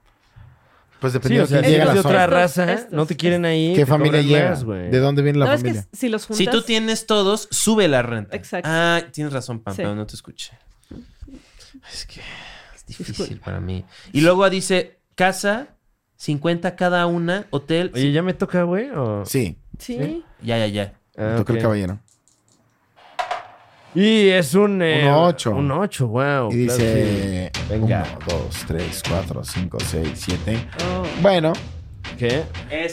Pues
Sí, o
dependiendo
sea,
de
si
quién llega
eres de
a la
otra
zona.
Estos,
raza,
estos,
no te quieren ahí.
¿Qué
te
familia
cobran
llega?
más, güey.
¿De dónde viene la
no, es
familia?
que si los juntas...
Si tú tienes todos, sube la renta.
Exacto.
Ah, tienes razón, Pam,
Sí.
pero no te escuché. Es que es difícil para mí. Y luego dice, casa, 50 cada una, hotel.
Oye, ¿ya me toca, güey? o-
Sí,
Sí.
Ya, ya, ya.
Ah,
toca el
ok.
caballero.
Y es un... eh,
Un ocho.
Un 8, wow.
Y dice:
Venga.
1, 2, 3, 4, 5, 6, 7.
Oh.
Bueno,
¿Qué?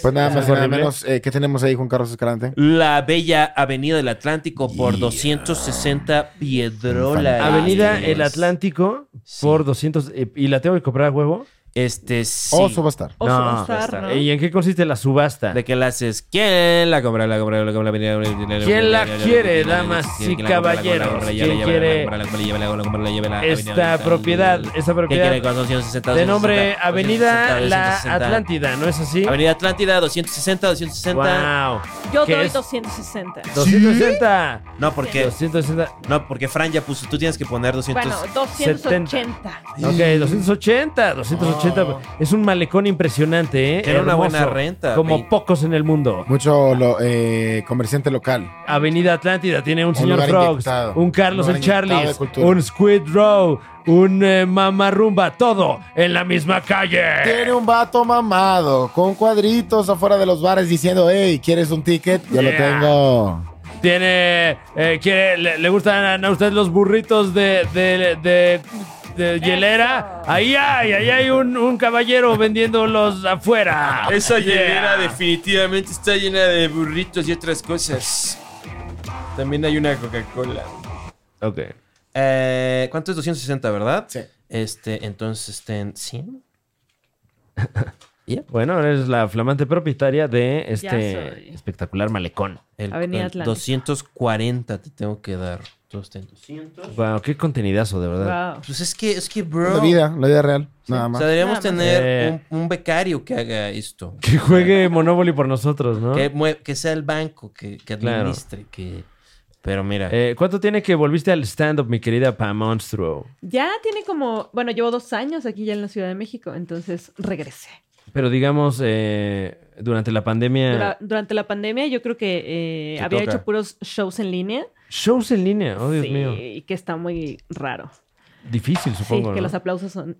pues nada
Es
más y nada
Ah, horrible.
menos. eh, ¿Qué tenemos ahí, Juan Carlos Escalante?
La bella Avenida del Atlántico por
Yeah.
260 piedrolas.
Avenida El Atlántico
Sí.
por 200... eh, ¿Y la tengo que comprar a huevo?
Este sí.
Oso va a estar.
O
No,
subastar, ¿no?
¿Y en qué consiste la subasta?
¿De qué la haces? ¿Quién la compra? La compra, la compra, la avenida, la avenida, la
¿Quién la
avenida,
quiere,
avenida,
damas
¿quién
y
la compra, la compra, la compra, la
caballeros?
lleva,
¿Quién
la lleva,
quiere
la compra, la compra, la lleva, la compra, la lleva, la avenida,
esta
la avenida,
propiedad?
la-
Esa
¿Quién
propiedad
quiere con 260?
de nombre
260,
Avenida
260,
La
260?
Atlántida, ¿no es así?
Avenida Atlántida, 260, 260.
Wow.
Yo
¿Qué
doy
es?
260.
260.
No, porque
260.
no, porque Fran ya puso, tú tienes que poner 200.
Bueno, 280.
Ok, 280, 280. Es un malecón impresionante, ¿eh?
Era Oh. una
Hermoso.
buena renta,
Como
güey.
pocos en el mundo.
Mucho lo- eh, comerciante local.
Avenida Atlántida tiene un, señor
lugar
Frogs,
inyectado.
un Carlos
Un
el
lugar inyectado de
Charlie,
cultura.
un Squid Row, un eh, Mamarrumba, todo en la misma calle.
Tiene un vato mamado con cuadritos afuera de los bares diciendo, hey, ¿quieres un ticket? Yo
Yeah.
lo tengo.
Tiene, eh, quiere, le, le gustan a ustedes los burritos de, de, de- de hielera. Ahí hay, ahí hay un, un caballero vendiéndolos afuera.
Esa
Yeah.
hielera definitivamente está llena de burritos y otras cosas. También hay una Coca-Cola.
Ok.
Eh, ¿Cuánto es 260, verdad?
Sí.
Este, entonces, este, en 100.
Bueno, eres la flamante propietaria de
soy.
este espectacular malecón.
El,
Avenida
el
Atlántico.
240 te tengo que dar. Todos ten 200.
Wow, qué contenidazo, de verdad.
Wow.
Pues es que, es que, bro.
La vida, la vida real. Nada
O
más.
sea, deberíamos
Nada más.
tener
Eh.
un, un becario que haga esto.
Que juegue Monopoly por nosotros, ¿no?
Que, mue- que sea el banco, que, que
Claro.
administre, que... Pero mira,
Eh, ¿Cuánto tiene que volviste al stand-up, mi querida Pam Monstruo?
Ya tiene como, bueno, llevo dos años aquí ya en la Ciudad de México, entonces regresé.
Pero digamos, eh, durante la pandemia,
Dura- durante la pandemia yo creo que eh,
Te
había
toca.
hecho puros shows en línea.
shows en línea, oh Dios
Sí,
mío.
Y que está muy raro.
Difícil, supongo.
sí, que
¿no?
los aplausos son,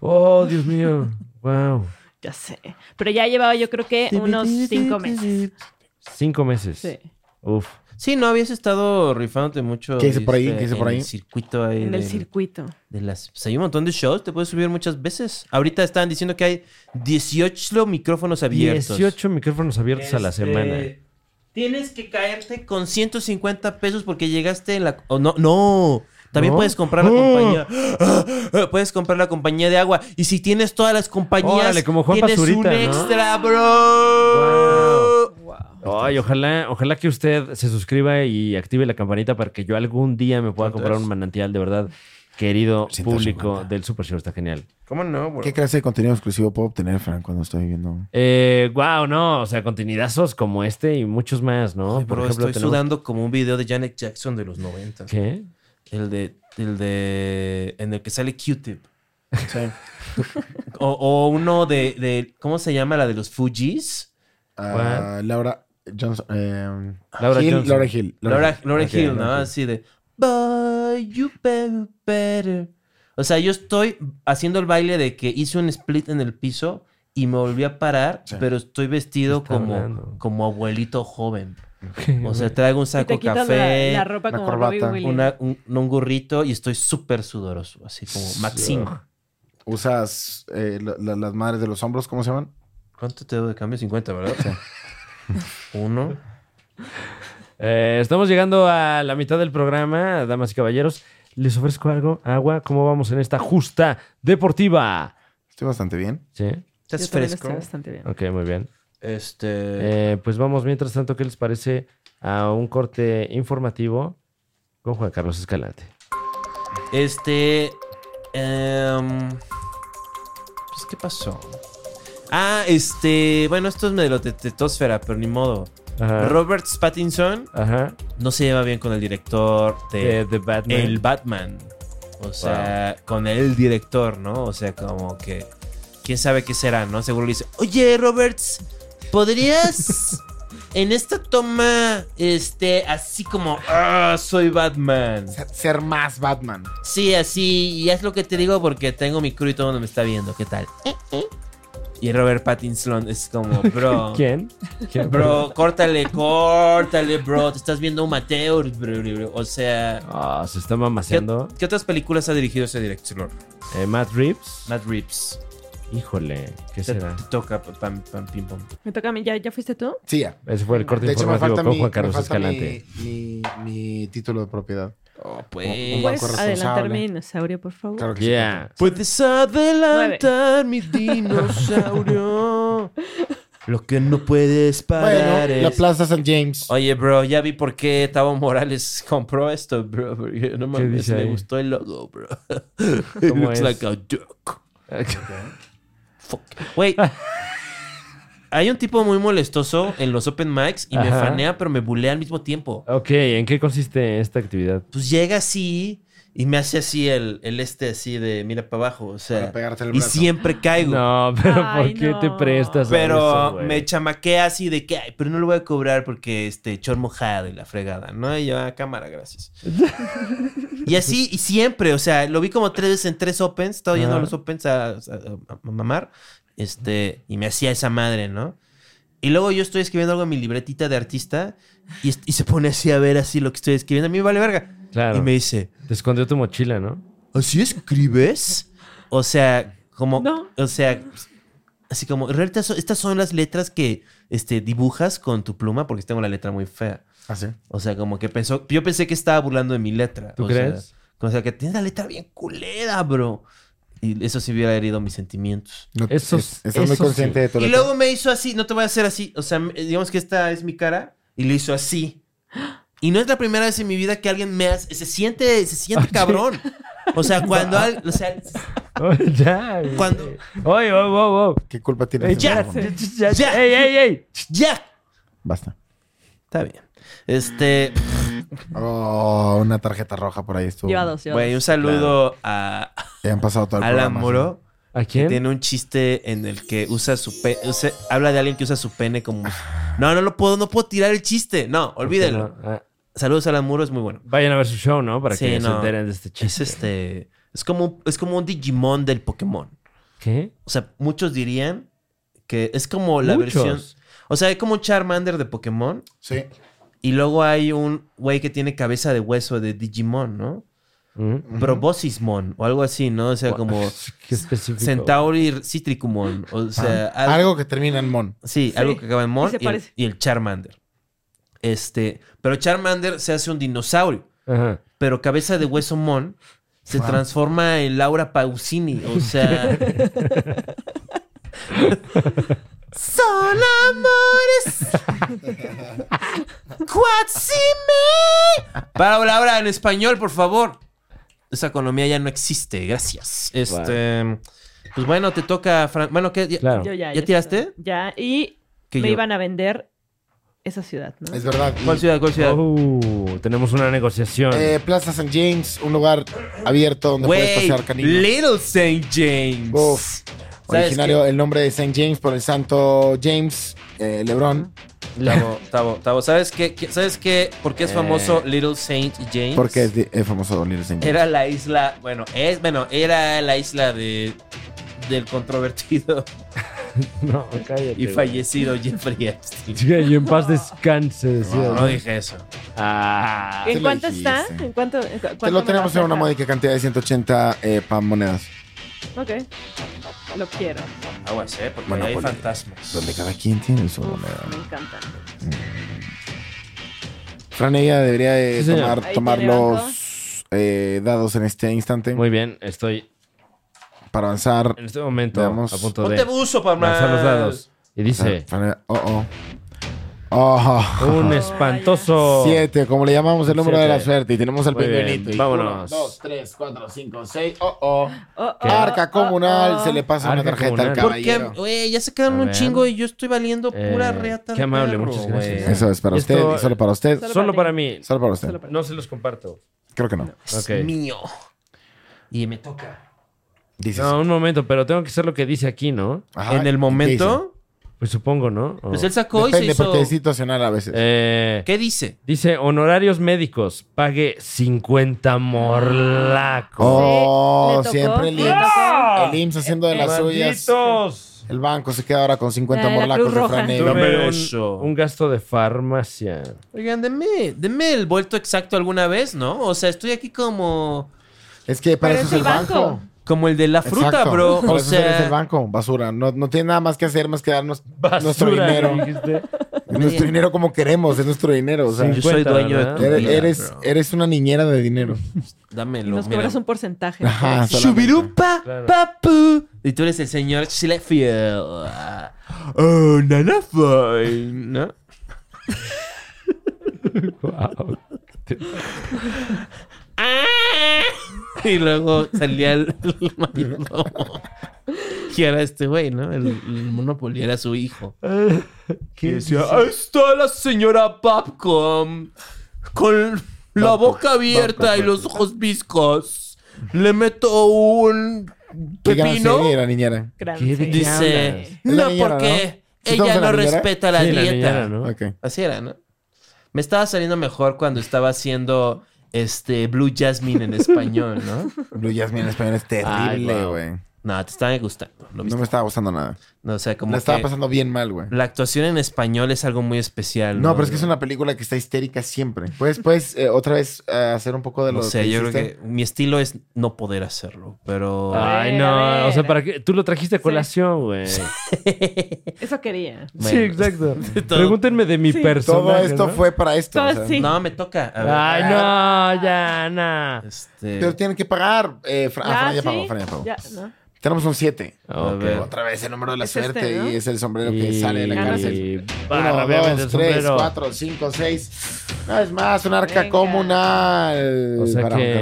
Oh, Dios mío. wow.
ya sé. Pero ya llevaba yo creo que unos cinco meses.
Cinco meses.
Sí.
Uf.
Sí, no habías estado rifándote mucho.
¿Qué hice por ahí?
este,
¿Qué hice por
en
ahí?
el circuito ahí.
En el
del-
circuito.
de las, pues hay un montón de shows, te puedes subir muchas veces. Ahorita están diciendo que hay 18 micrófonos abiertos.
18 micrófonos abiertos a la
Este,
semana.
Tienes que caerte con 150 pesos porque llegaste en la. oh, no, no. También
¿No?
puedes comprar la
¡Ah!
compañía. ¡Ah! ¡Ah! Puedes comprar la compañía de agua. Y si tienes todas las compañías,
Órale, como Juan
tienes
Pazurita,
un
¿no?
extra, bro.
Ay, ojalá, ojalá que usted se suscriba y active la campanita para que yo algún día me pueda comprar un manantial, de verdad. Querido
150.
público del Super Show, está genial.
¿Cómo no, bro?
¿Qué clase de contenido exclusivo puedo obtener, Frank, cuando estoy viendo?
Eh, wow, no, o sea, continuidazos como este y muchos más, ¿no?
Ay, bro, estoy
tenemos-
sudando como un video de Janet Jackson de los 90.
¿Qué?
El de, el de. En el que sale Q-Tip. O, o uno de, de- ¿Cómo se llama? La de los Fujis.
Ah, Laura Johnson. eh,
Laura
Hill,
Johnson.
Laura Hill.
Laura, Laura
Ok,
Hill, ¿no?
Laura Hill.
Así de. But you better, better. O sea, yo estoy haciendo el baile de que hice un split en el piso y me volví a parar,
Sí.
pero estoy vestido
Está
como,
hablando.
como abuelito joven. O sea, traigo un
Y
saco
te quitas
café.
la, la ropa
la
como
corbata.
Robbie Williams.
una- un, no, un gorrito y estoy súper sudoroso, así como Maxim.
Usas eh, la- la- las madres de los hombros, ¿cómo se llaman?
¿Cuánto te doy de cambio? 50, ¿verdad? Uno.
Eh, estamos llegando a la mitad del programa, damas y caballeros. Les ofrezco algo, agua. ¿Cómo vamos en esta justa deportiva?
Estoy bastante bien.
Sí,
Yo
Estás
también
fresco.
estoy bastante bien.
ok, muy bien.
Este.
Eh, pues vamos, mientras tanto, ¿qué les parece a un corte informativo con Juan Carlos Escalante?
Este. em, pues, ¿qué pasó? Ah, este. Bueno, esto es de la tetosfera, pero ni modo.
Ajá.
Robert Pattinson
Ajá.
no se lleva bien con el director de
Eh, The Batman.
El Batman. O sea, con el director, ¿no? O sea, como que quién sabe qué será, ¿no? Seguro le dice, oye, Roberts, ¿podrías en esta toma, este, así como, ah, soy Batman?
Ser- Ser más Batman.
Sí, así, y es lo que te digo porque tengo mi crew y todo el mundo me está viendo, ¿qué tal? Eh, eh. Y Robert Pattinson es como, bro.
¿Quién? ¿Quién?
Bro, córtale, córtale, bro. Te estás viendo un Mateo, bro, bro, bro. O sea,
Ah, se está
¿qué,
mamaseando.
qué otras películas ha dirigido ese director?
Eh, Matt Reeves.
Matt Reeves.
Híjole, ¿qué
Te,
será?
te toca, pam, pam, pim, pam.
Me toca a mí. ¿Ya, ya fuiste tú?
Sí, ya.
Ese fue el corte
De hecho, me
informativo con
falta, mi,
Juan
me
Carlos
falta
Escalante.
mi, mi, mi título de propiedad.
Oh,
pues.
¿Puedes
banco responsable.
adelantarme, dinosaurio, por favor?
Claro que
Yeah.
Puedes adelantar mi dinosaurio. Lo que no puedes
sí.
parar
Bueno, la
es.
Plaza San James.
Oye, bro, ya vi por qué Tavo Morales compró esto, bro. porque No mames,
dice
me
ahí?
gustó el logo, bro. It
¿Cómo
looks
es?
like a duck. Fuck. Güey. Hay un tipo muy molestoso en los open mics y me
Ajá.
fanea, pero me bulea al mismo tiempo.
ok, ¿en qué consiste esta actividad?
Pues llega así y me hace así el, el este así de mira para abajo. O sea,
Para pegarte el
y
brazo.
siempre caigo.
No, pero
Ay,
¿por qué
no.
te prestas a
Pero
eso, güey?
me chamaquea así de que, "Ay, pero no lo voy a cobrar porque este chor mojado y la fregada, ¿no? Y yo, a cámara, gracias. y así, y siempre, o sea, lo vi como tres veces en tres opens, estaba yendo a
Ajá.
los opens a, a- a- a mamar, este, y me hacía esa madre, ¿no? Y luego yo estoy escribiendo algo en mi libretita de artista y, est- y se pone así a ver así lo que estoy escribiendo. A mí me vale verga.
Claro.
Y me dice,
Te escondió tu mochila, ¿no?
¿Así escribes? O sea, como.
No.
O sea, así como. En realidad, so- estas son las letras que este, dibujas con tu pluma, porque tengo la letra muy fea.
Ah, sí.
O sea, como que pensó. Yo pensé que estaba burlando de mi letra.
¿Tú
o
crees?
Sea, o sea, que tienes la letra bien culera, bro. Y eso sí hubiera herido mis sentimientos.
No,
Eso-
es- estás muy
eso
consciente
sí.
de tu
Y
letra.
luego me hizo así, no te voy a hacer así. O sea, me- digamos que esta es mi cara y le hizo así. Y no es la primera vez en mi vida que alguien me hace. Se siente, se siente cabrón. O sea, cuando. al- o sea,
Oh, ya. güey.
Cuando-
Oye, oh, wow, wow, wow.
¿Qué culpa tienes?
Ey,
de
Eh, ya,
eso?
ya, ya,
Ya.
ey, ey, ey.
¡Ya!
Basta.
Está bien. Este.
Oh, una tarjeta roja por ahí estuvo.
Lleva dos, lleva
Güey, un
dos.
saludo a
Ya han pasado todo el
Alan
programa,
Muro.
¿A
que
quién?
Tiene un chiste en el que usa su pene. habla de alguien que usa su pene como. No, no lo puedo, no puedo tirar el chiste. No, olvídelo.
Ah,
Saludos a Alan Muro, es muy bueno.
Vayan a ver su show, ¿no? Para
Sí,
que se
no.
enteren de este
Es
chiste.
este. Es como, es como un Digimon del Pokémon.
¿Qué?
O sea, muchos dirían que es como la
Muchos.
versión. O sea, hay como un Charmander de Pokémon.
Sí.
Y luego hay un güey que tiene cabeza de hueso de Digimon, ¿no?
Mm.
Proboscismon o algo así, ¿no? O sea, como
Qué específico.
Centauri Citricumon. O sea,
Ah,
al-
algo que termina en Mon.
sí, algo que acaba en Mon
sí se
y, el,
parece.
y el Charmander. Este, pero Charmander se hace un dinosaurio,
Ajá.
pero cabeza de hueso Mon se
Wow.
transforma en Laura Pausini. O sea. Son amores. Cuatzime. Paola, ahora en español, por favor. Esa economía ya no existe, gracias. Este, pues bueno, te toca, Fran- bueno, ¿qué? Ya-
Claro.
Yo ya,
¿Ya tiraste?
está. Ya, y
que
me
yo-
iban a vender esa ciudad, ¿no?
Es verdad.
¿Cuál ciudad? ¿Cuál ciudad?
Oh, tenemos una negociación.
Eh, Plaza San James, un lugar abierto donde puedes
Güey,
pasear caninos.
Little St. James.
Uf.
¿Sabes
Originario el nombre de St. James por el santo James eh, Lebrón,
qué? Tavo, Tavo, Tavo, ¿sabes qué? qué- ¿Sabes qué? ¿Por qué es
Eh,
famoso Little St. James?
porque es, de- es famoso Little St. James.
Era la isla, bueno, es, bueno, era la isla de del controvertido
no, cállate.
y
güey.
fallecido Jeffrey Epstein.
Sí, y en paz descanse, decía.
No dije eso.
Ah.
Te
¿En
lo
cuánto está?
dijiste.
¿En cuánto, en cu- cuánto
Te lo
me
tenemos
vas a
en una
dejar?
módica cantidad de 180 eh, pan monedas.
Ok. Lo quiero.
Aguas, eh, porque
Bueno,
ahí hay
pues,
ponle.
fantasmas.
Donde cada quien tiene su
Uf,
moneda.
me encanta.
Fran, ella debería de
Sí, señor.
tomar,
Ahí
tomar
tiene banco.
los eh, dados en este instante
Muy bien, estoy
para avanzar.
en este momento
Veamos.
a punto
Ponte
de
buzo, para
lanzar los dados. Y dice,
Fran- Oh, oh. Oh, oh.
un
Oh,
espantoso...
Siete, como le llamamos el número de la
Siete.
suerte. Y tenemos el
Muy bien,
pingüinito. Y
vámonos.
uno, dos, tres, cuatro, cinco, seis. Oh, oh.
Oh, oh,
Arca
oh,
comunal.
oh.
Se le pasa
Arca
una tarjeta
comunal.
al
¿Por
Porque,
caballero.
güey, ya se
A
quedaron un
ver.
chingo y yo estoy valiendo pura
Eh,
reata.
qué
de
amable,
perro,
muchas gracias.
güey.
Eso es para
Esto-
usted y solo para usted.
Solo
Solo para
para
mí.
Solo para usted.
Solo para-
No se los comparto.
Creo que no.
Es
Ok.
mío. Y me toca.
Dices.
No, un momento, pero tengo que hacer lo que dice aquí, ¿no?
Ajá,
en el
¿qué dicen?
momento,
Pues supongo, ¿no? O-
pues él sacó y se
Depende,
hizo.
porque es situacional a veces.
Eh,
¿Qué dice?
Dice, honorarios médicos, pague 50 morlacos.
Oh,
Sí, le tocó,
siempre el
le
IMSS.
tocó.
El IMSS haciendo de las suyas.
¡Malditos!
El banco se queda ahora con 50
Eh, La de la
morlacos
Cruz
de
Roja.
Fran Evia.
No me
Tuve
eso.
un, un gasto de farmacia.
Oigan, denme, denme el vuelto exacto alguna vez, ¿no? O sea, estoy aquí como.
Es que para eso es el banco.
Como el de la fruta,
Exacto.
bro.
Para
O
eso eres el
sea,
banco, basura. No, no tiene nada más que hacer más que darnos nuestro
Basura,
dinero.
dijiste.
Nuestro dinero como queremos, es nuestro dinero. O sea,
yo soy
50,
dueño de
¿verdad?
tu
eres,
vida,
eres,
bro.
eres una niñera de dinero.
Y
Dámelo.
nos
mira.
cobras un porcentaje.
Ajá, Ah, solamente.
Shubirupa,
Claro.
papu. Y tú eres el señor Schlefield. Oh, nana fine. ¿No?
Guau.
Y luego salía el, el mayordomo. Y era este güey, ¿no? El, el Monopoly era su hijo. Y decía, ahí está la señora Babcom con la boca abierta y los ojos viscos. Le meto un
¿Qué gana
pepino.
serie la niñera?
Gran
¿Qué
serie.
dices?
Dice,
Es la
no,
niñera,
porque
¿no? ¿Sí
ella
conoce
no
la niñera?
respeta la
Sí, la
dieta.
niñera, ¿no?
Ok.
Así era, ¿no? Me estaba saliendo mejor cuando estaba haciendo este Blue Jasmine en español, ¿no?
Blue Jasmine en español es
Ay,
terrible,
wow.
güey.
No, te estaba gustando. Lo
No
viste.
me estaba gustando nada.
No, o sea, como
Me estaba
que
pasando bien mal, güey.
la actuación en español es algo muy especial.
No, pero es que es una película que está histérica siempre. Puedes, puedes eh, otra vez eh, hacer un poco de lo
No sé,
que
yo creo
hiciste?
que mi estilo es no poder hacerlo, pero...
Ay,
ver, a
no.
ver.
O sea, ¿para qué? Tú lo trajiste a
Sí.
colación, güey.
Eso quería.
Sí,
Bueno.
exacto.
Todo-
Pregúntenme de mi
Sí.
personaje.
Todo esto
¿no?
fue para esto.
Todo
o sea.
Ah, sí.
No, me toca. A ver,
Ay,
Ah.
no, ya, no.
Este...
Pero tienen que pagar. Eh, Fra- ah, Fran ya
sí.
pagó, Fran ya pagó.
Ya, ¿no.
Tenemos un 7.
A
Ok.
ver.
Otra vez el número de la
Es
suerte
este, ¿no?
y es el sombrero que sale de la
Ah, no sé.
cárcel.
Y... Barra,
1,
obviamente,
2, 3,
sombrero.
4, 5, 6. Una vez más, un arca
Venga.
comunal.
O sea
Para-
que-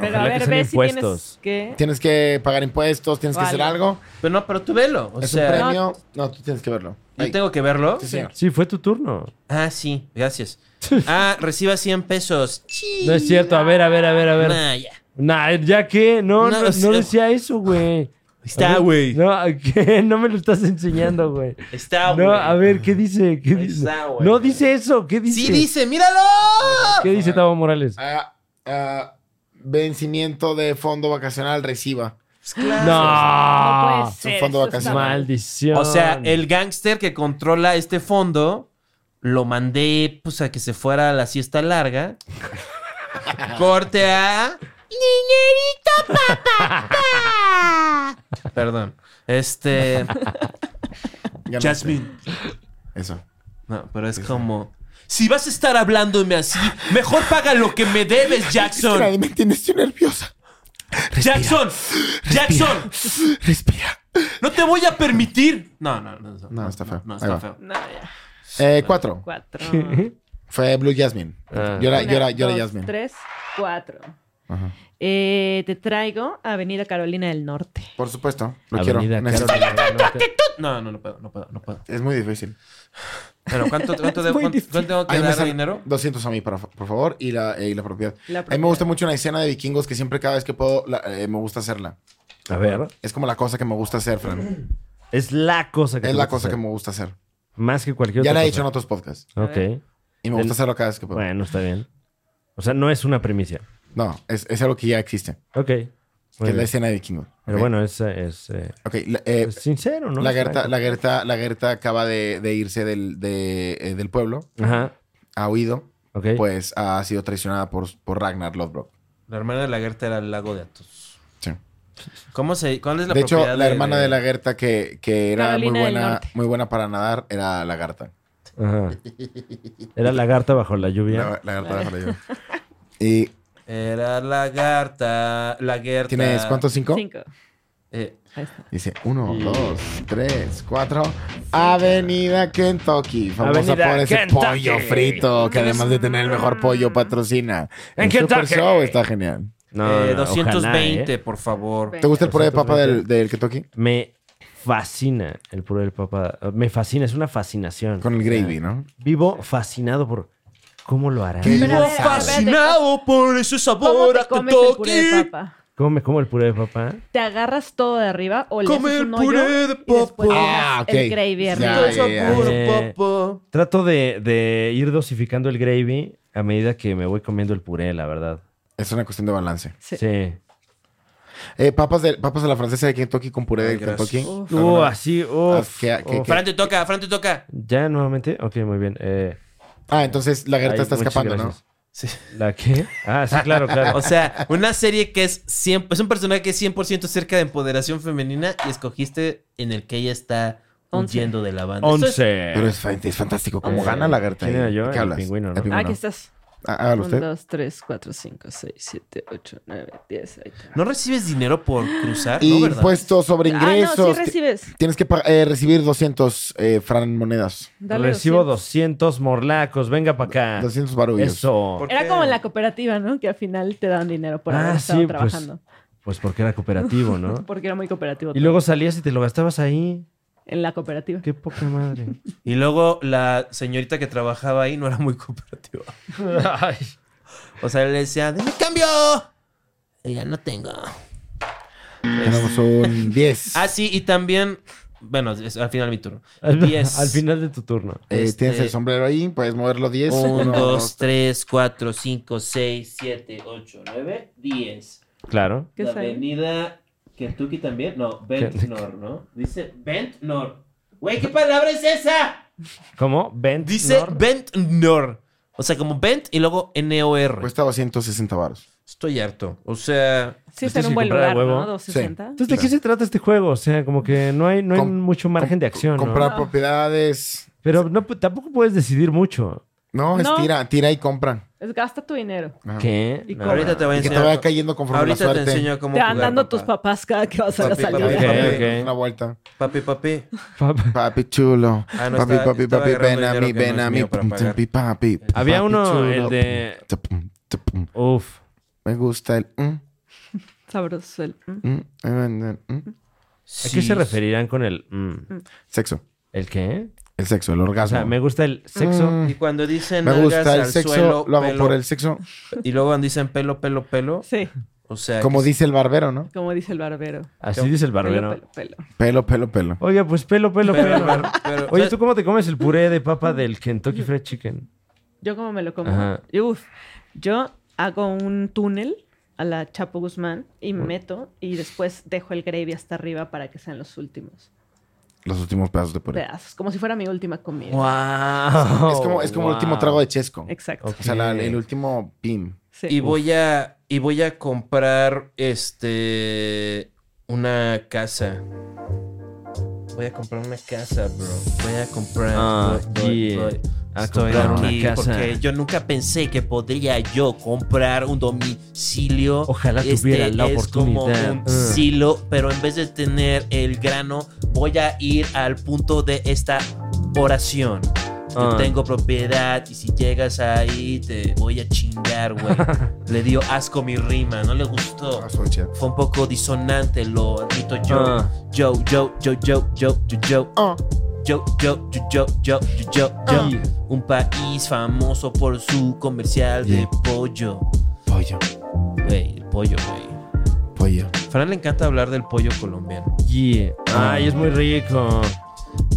Pero
Ojalá
a
que
ver,
sean
ve si
impuestos.
tienes que...
Tienes que pagar impuestos, tienes que
Vale.
hacer algo.
Pero no, pero tú velo. O
es
sea,
un premio. No, tú tienes que verlo.
yo
Ahí.
tengo que verlo.
Sí, señor.
Sí, fue tu turno.
Ah, sí, gracias. Ah, reciba 100 pesos.
No es cierto. A ver, a ver, a ver, a ver.
Nah, ya.
Nah, ya que, no,
No,
no,
o sea-
no decía eso, güey.
Ahí Está,
A ver,
güey.
No, ¿qué? No me lo estás enseñando, güey.
Está, güey.
No, a ver, ¿qué dice? ¿Qué
Ahí
dice?
está, güey.
No dice eso, ¿qué dice?
Sí dice, míralo.
¿Qué dice Tavo Morales?
Ah, ah, vencimiento de fondo vacacional, reciba.
Pues claro.
No
No.
puede ser.
fondo
eso está
vacacional.
mal.
Maldición.
Ah, O sea, el gángster que controla este fondo lo mandé pues a que se fuera a la siesta larga. Corte a Niñerito papá. Perdón. Este
Ganaste.
Jasmine.
Eso.
No, pero es como si vas a estar hablándome así, mejor paga lo que me debes,
Es que
Jackson.
nadie me entiende, estoy nerviosa.
Jackson. Jackson,
Respira.
no te voy a permitir. No, no, no. No,
No, está feo.
no,
Ahí
está
va.
feo.
No, ya.
Eh, cuatro.
Cuatro.
Fue Blue Jasmine.
Ah.
Llora, llora,
Una,
llora
dos,
Jasmine.
Tres, cuatro.
Ajá.
Eh, te traigo Avenida Carolina del Norte.
Por supuesto, lo
Avenida
quiero. Necesito-
Carolina del Norte.
No, no, no puedo, no puedo, no puedo.
Es muy difícil.
Bueno, ¿cuánto, cuánto,
Es
debo-
muy
cuánto-
difícil.
cuánto tengo que
Ahí me
dar de
sale
dinero?
200 a mí, por, por favor, y la, eh, y la propiedad.
La
A mí me gusta
propiedad.
mucho una escena de vikingos que siempre cada vez que puedo, la- eh, me gusta hacerla.
A ver,
Es como la cosa que me gusta hacer, Fran.
es la cosa que
Es
te
la
gusta
cosa que
hacer.
me gusta hacer.
Más que cualquier
Ya
otra
la he hecho
cosa.
en otros podcasts.
Ok.
Y me gusta
El-
hacerlo cada vez que puedo.
Bueno, está bien. O sea, no es una primicia.
No, es, es algo que ya existe.
Ok.
que
Muy
es la
bien.
escena de vikingos.
Pero
Ok.
bueno, es, eh, es, eh,
Ok, la- eh,
pues, sincero, ¿no?
la,
Es
Gerta,
franco.
la, Gerta, la Gerta acaba de, de irse del, de, eh, del pueblo.
Ajá.
Ha huido.
Ok.
Pues ha sido traicionada por, por Ragnar Lodbrok.
La hermana de la Gerta era el lago de Atos.
Sí.
¿Cómo se, ¿Cuál es la
de hecho,
propiedad
la hermana de, la Gerta que, que era muy
Carolina del
buena,
Norte.
muy buena para nadar era Lagarta.
Ajá. Era lagarta bajo la lluvia.
La, lagarta bajo la lluvia. ¿Y
Era la Gerta, la Gerta.
tienes cuántos? ¿Cinco?
Cinco.
Eh,
Ahí está.
Dice uno,
Y-
dos, tres, cuatro. Avenida Kentucky. Famosa
Avenida
por ese
Kentucky.
pollo frito que además de tener el mejor pollo patrocina.
En
El Super
Kentucky.
Show está genial.
eh,
no,
220,
ojalá, ¿eh?
por favor.
¿Te gusta el puré de papa
220.
del, del Kentucky?
Me fascina el puré del papa. Me fascina, es una fascinación.
Con el gravy, ¿no?
Vivo fascinado por cómo lo harán.
¿Qué?
Pero a ver, a ver,
Fascinado por ese
¿Cómo
sabor a
te comes el puré de
Kentucky.
papa?
Come, como el puré de papá.
Te agarras todo de arriba o le
Come
haces
el
un
puré
hoyo
de
y después
papa.
le das
Ah, ok.
el gravy arriba.
Ya, ya, ya.
Puro
Eh,
popo.
Trato de, de ir dosificando el gravy a medida que me voy comiendo el puré, la verdad.
Es una cuestión de balance.
Sí.
Sí.
Eh, papas, de, papas a la francesa de Kentucky con puré
Ay,
de
gracias.
Kentucky.
Uf.
Uh, así, uf,
Ah, que- que-
uf.
que-
Fran te toca, Fran te toca.
¿Ya nuevamente? Ok, muy bien. Eh,
Ah, entonces la garita
ahí,
está
muchas
escapando, ¿no?
gracias. ¿La qué? Ah, sí, claro, claro.
O sea, una serie que es 100, es un personaje que es 100% cerca de empoderación femenina y escogiste en el que ella está
Once.
huyendo de la banda. Eso es-
Once.
Pero es, fan- es fantástico. ¿Cómo
Eh,
gana la garita?
¿quién
ahí?
era yo?
¿De ¿Qué
El
hablas?
pingüino, ¿no?
El
Ah,
pingüino.
Aquí estás.
Ah, Hágalo
1,
usted.
2, 3, 4, 5, 6, 7, 8, 9, 10.
No recibes dinero por cruzar, ¿no? ¿Verdad?
Impuestos sobre ingresos.
Ah, Ah, no, sí
Ti-
recibes.
Tienes que pa- eh, recibir 200 eh, fran monedas.
Dale
Recibo
200.
200 morlacos. Venga para acá.
200 barullos.
Ah, Eso.
¿Por qué?
Era como en la cooperativa, ¿no? Que al final te dan dinero por
Ah,
haber estado
sí, pues,
trabajando.
Pues porque era cooperativo, ¿no?
Porque era muy cooperativo.
Y
todo.
luego salías y te lo gastabas ahí.
En la cooperativa.
Qué poca madre.
Y luego la señorita que trabajaba ahí no era muy cooperativa.
Ay.
O sea, le decía, ¡Deme cambio! Y ya no tengo.
Tenemos un 10.
Ah, sí, y también, bueno, es- al final mi turno.
Al,
Diez.
al final de tu turno.
Eh, Tienes
este-
el sombrero ahí, puedes moverlo 10.
1,
Uno,
2, 3, 4, 5, 6, 7, 8, 9, 10.
Claro.
¿Qué
la
es ahí?
avenida Kentucky también. No, Bentnor, ¿no? Dice Bentnor. Güey, ¿qué palabra es esa?
¿Cómo? Bent.
Dice
Nor-
Bentnor. O sea, como Bent y luego N-O-R.
Cuesta 260 baros.
Estoy harto. O sea,
Este
Sí, está en
sí
un buen
compraba
lugar,
huevo.
¿no? 260.
Entonces, ¿de qué se trata este juego? O sea, como que no hay, no hay
Com-
mucho margen de acción. ¿no?
Comprar propiedades.
Pero no, pu- tampoco puedes decidir mucho.
No, es
No.
tira, tira y compra.
Es gasta tu dinero.
Ajá.
¿Qué?
Y
No.
cobra.
ahorita te voy a
Y que te
enseñar.
vaya cayendo conforme la
ahorita te
suerte.
enseño cómo
Te van
jugar,
dando
papá.
tus papás cada que vas a la
Papi, papi,
salida.
Papi,
Ok,
papi,
ok.
una vuelta.
Papi, papi.
Papá.
Papi chulo.
Ah, no,
papi,
estaba-
papi,
estaba
papi,
agarrando
ven a
dinero
mí,
que no
ven
es
a mí.
mío para
Pum,
pagar.
papi, papi.
Había
Papi
uno,
chulo.
el de-
Pum, tupum, tupum.
Uf.
Me gusta el. mm,
Sabroso el- mm.
mm, mm, mm.
¿A qué se referirán con el... mm?
Sexo.
¿El qué?
El sexo, el
O
orgasmo.
sea, me gusta el sexo.
Mm.
Y cuando dicen
Me gusta
nalgas
el
al
sexo,
suelo,
lo hago
pelo,
por el sexo.
y luego cuando dicen pelo, pelo, pelo,
Sí,
o sea,
Como
que-
dice el barbero, ¿no?
como dice el barbero.
Así dice el barbero.
Pelo, pelo, pelo.
Pelo, pelo, pelo.
Oiga, pues pelo, pelo,
pero-
pelo.
pero- pero-
Oye, ¿tú cómo te comes el puré de papa del Kentucky Fried Chicken?
Yo como me lo como.
Ajá.
Y, Uf, yo hago un túnel a la Chapo Guzmán y me meto y después dejo el gravy hasta arriba para que sean los últimos
Los últimos pedazos de puré.
pedazos, como si fuera mi última comida.
¡Wow!
Es como, es como el último trago de chesco.
Exacto.
Ok.
O sea, la- el último pin.
Sí.
Y voy a. Y voy a comprar este. Una casa. Voy a comprar una casa, bro. Voy a comprar.
Ah,
voy-
yeah.
voy-
A
Estoy
comprar una
aquí
casa.
porque yo nunca pensé que podría yo comprar un domicilio.
Ojalá tuviera la
Este es como
oportunidad.
un
Ah.
silo, pero en vez de tener el grano, voy a ir al punto de esta oración. Yo
Ah.
tengo propiedad y si llegas ahí te voy a chingar, güey. Le dio asco mi rima, no le gustó.
Ah, su chat.
Fue un poco disonante, lo admito yo.
Ah.
Yo, yo, yo, yo, yo, yo, yo.
Ah.
Yo, yo, yo, yo, yo, yo, yo, yo.
Yeah.
Un país famoso por su comercial de
Yeah.
pollo.
Pollo,
Güey, el pollo, güey.
pollo.
Fran le encanta hablar del pollo colombiano.
Yeah. ¡Ay, es muy rico!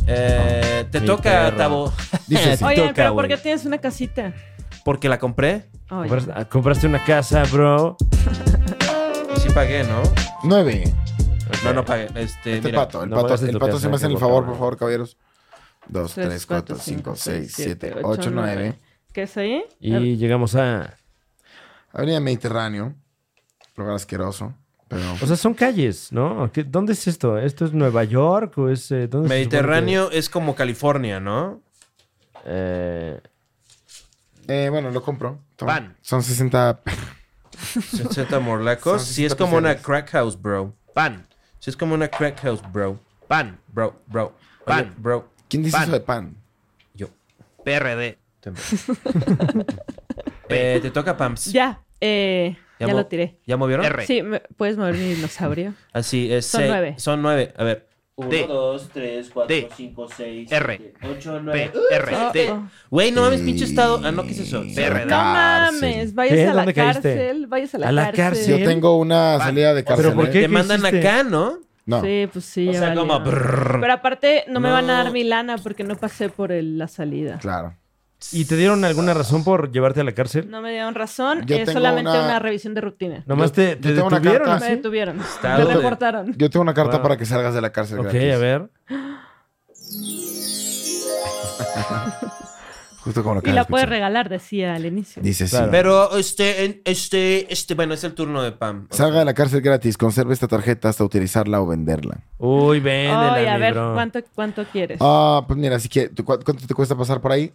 Eh, te
Mi
toca,
perro.
Tabo.
Dice
Te
sí.
Oye,
toca,
pero ¿por
güey.
qué tienes una casita?
Porque la compré
Ay,
Compraste, compraste una casa, bro.
y sí pagué, ¿no?
Nueve.
No, no pagué. Este,
Este
mira.
pato. El
no
pato,
vayas a
el
tocar,
pato se me hacen el
por
favor,
favor.
por favor, caballeros. Dos,
tres,
tres, cuatro, cinco, seis, siete, ocho, nueve.
¿Qué es ahí?
Y llegamos a...
Avenida Mediterráneo. Lugar asqueroso. Pero.
O sea, son calles, ¿no? ¿O qué- ¿Dónde es esto? ¿Esto es Nueva York o es... eh, dónde se supone que-
Mediterráneo es como California, ¿no?
Eh,
Eh, bueno, lo compro. Toma.
Pan.
Son 60.
Z
Son
Morlacos. Sí, es
60
como una
pesetas.
crack house, bro. Pan. Sí, es como una crack house, bro. Pan, bro, bro. Pan, bro.
¿Quién dice
Pan.
eso de pan?
Yo. PRD. Eh, te toca Pams.
Ya, eh, ya
mo-
lo tiré.
¿Ya movieron?
Sí, me- puedes mover mi dinosaurio.
Así es.
Son
seis-
nueve.
Son nueve. A ver.
D.
1, 2, 3, 4,
D.
5, 6,
R.
8,
P,
9.
Ah,
R, D.
Oh, oh.
Güey, no mames, pinche estado. Ah, no, ¿qué es eso?
Perra.
No mames, vayas a la
¿Dónde caíste?
cárcel, vayas a la
A la
Sí, Yo
cárcel.
cárcel.
tengo una salida de cárcel.
¿Pero por
¿eh?
qué?
Te mandan
hiciste?
acá, ¿no?
No.
Sí, pues sí,
O
ya
sea,
valió.
como brrr.
Pero aparte no me van a
No.
dar mi lana porque no pasé por el- la salida.
Claro.
¿Y te dieron alguna razón por llevarte a la cárcel?
No me dieron razón,
Yo
es
tengo
solamente
una-
una... revisión de rutina.
Nomás
Yo-
te,
yo
te
tengo una
detuvieron
Ah,
carta.
Me
así.
detuvieron, me
Estado de-
reportaron.
Yo tengo una carta
Bueno.
para que salgas de la cárcel.
Ok,
gratis.
a ver.
Justo como lo acabas
Y la
de
puedes
escuchar.
regalar, decía al inicio.
Dice sí.
Claro.
Pero este, en- este, este, bueno, es el turno de Pam.
Salga de la cárcel gratis. Conserve esta tarjeta hasta utilizarla o venderla.
Uy, véndela,
Ay, a
mi
ver,
bro.
¿cuánto, cuánto quieres?
Ah, pues mira, si quieres, ¿cu- ¿cuánto te cuesta pasar por ahí?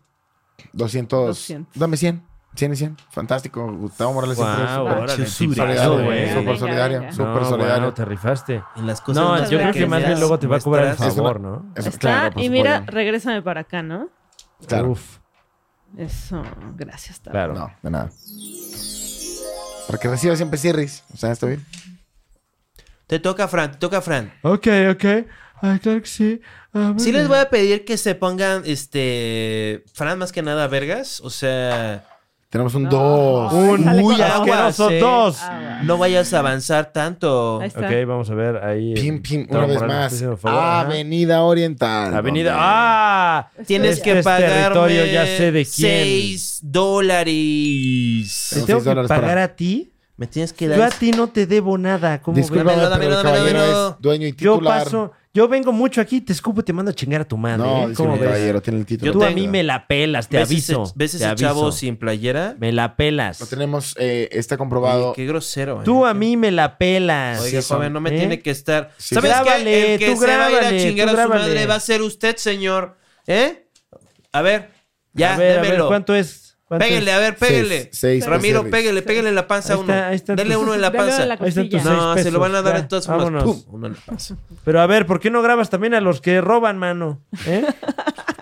200.
200.
Dame 100. 100 y 100. Fantástico. Gustavo Morales
Guau,
siempre es
órale,
súper
qué
solidario,
tipazo,
güey.
güey.
Súper
Venga,
solidario.
venga.
Súper
No,
solidario.
bueno, te rifaste.
En las cosas
No,
más
yo creo que más bien
pequeñas
luego te va a cobrar el
nuestras-
favor, ¿no?
Eso,
Está,
claro, por
y mira,
supuesto.
regrésame para acá, ¿no?
Claro.
Uf,
Eso, gracias. Tavo.
claro.
No, de nada. Para que reciba siempre Cirris. O sea, está bien.
Te toca Fran, te toca Fran.
Ok, ok. Ay, claro que sí. Ah,
Sí
bueno.
les voy a pedir que se pongan, este, Fran más que nada, vergas. O sea,
Tenemos un
No.
2.
Un
Sale
muy
con
agua,
asqueroso
sí.
dos.
Ah,
no vayas a avanzar tanto.
Ahí está.
Ok, vamos a ver ahí.
Pim, pim.
Gustavo
Una vez
Morales,
más. Ah,
haciendo favor. Ajá.
Avenida Oriental.
Avenida.
donde-
¡Ah!
Tienes
Este
que
es
pagar
territorio, ya sé de quién.
6 dólares.
¿Te tengo
Son seis
que
dólares
pagar
para-
a ti?
Me tienes que
Yo a
dar.
ti no te debo nada. ¿Cómo ves?
Discúlpame,
Dámelo,
pero el
dámelo, dámelo,
caballero
dámelo.
es dueño y
Yo
titular.
paso, yo vengo mucho aquí, te escupo, te mando a chingar a tu madre.
No,
¿eh?
disculpe,
¿Cómo ves?
caballero, tiene el título.
Tú
Yo
a mí me la pelas, te
¿Ves ese-
aviso.
¿Ves
te
ese chavo
aviso.
sin playera?
Me la pelas.
Lo tenemos, eh, está
Oye,
comprobado.
qué grosero. eh.
Tú a mí me la pelas.
Oiga,
Sí, son-
joven, no me
¿eh?
tiene que estar.
Sí,
¿Sabes
Grábale,
qué? El que
tú
se va a ir
grábale,
a chingar
tú
a su
grábale.
madre va a ser usted, señor. ¿Eh? A ver, ya,
a ver, a ver,
démelo.
¿cuánto es? ¿Cuánto
Péguenle,
es?
a ver, péguenle.
Seis- seis
Ramiro,
pesetes.
péguenle, péguenle en la panza a
Ahí
uno.
está, ahí está
Denle
tu-
uno en la
Dale
panza.
la
Ahí están tus
costilla.
No,
seis
se lo van a
pesos,
dar
ya,
en todas formas.
vámonos.
Pum, uno en la panza.
Pero a ver, ¿por qué no grabas también a los que roban, mano? ¿Eh?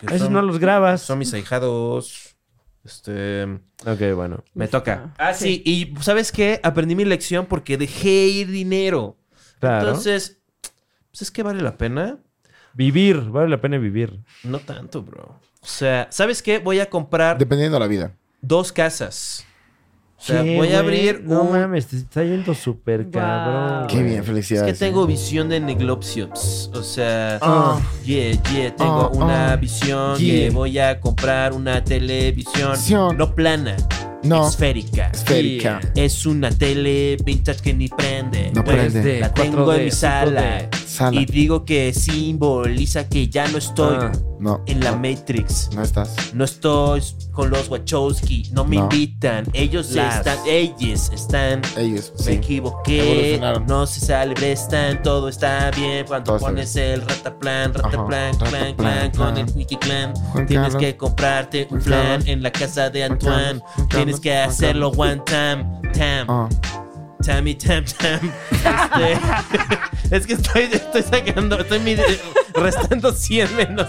a esos
son-
no los grabas.
Son mis ahijados. Este.
Ok, bueno.
Me
Listo.
toca. Ah, sí. Y ¿sabes qué? Aprendí mi lección porque dejé ir dinero.
Claro.
Entonces, pues es que vale la pena.
vivir, vale la pena vivir.
No tanto, bro. O sea, ¿sabes qué? Voy a comprar
Dependiendo de la vida.
dos casas. O sea,
Sí,
voy
güey,
a abrir
No
un-
mames, te está yendo súper
Guau.
cabrón.
Qué
güey.
bien,
Es que
felicidades.
tengo visión de Neglopsiops. O sea,
Ah.
yeah, yeah, tengo
Ah,
una
ah.
visión
Yeah.
que voy a comprar una televisión
Sion.
no plana,
No.
esférica.
Esférica.
Es una tele vintage que ni prende.
No
Güey,
prende.
Este, La
4D,
tengo en mi sala.
5D.
Sala.
Y digo que simboliza que ya no estoy
Ah.
No.
en la Matrix.
No estás.
No estoy con los Wachowski. No me
No.
invitan. Ellos
Las.
están. Ellos están.
Ellos.
Me
Sí.
equivoqué,
Evolucionaron.
no se celebran, todo está bien cuando
Todo está
pones el rataplan, rataplan,
Ajá,
clan,
rataplan,
clan, con
clan.
el Nicky Clan.
Juan
Tienes
Carlos.
que comprarte un
Juan
plan
Carlos.
en la casa de
Juan
Antoine.
Carlos, Juan
Tienes
Carlos,
que
Juan
hacerlo one time, tam,
Ah.
tammy, tam, tam. Este, es que estoy, estoy sacando, estoy midi- restando 100 menos.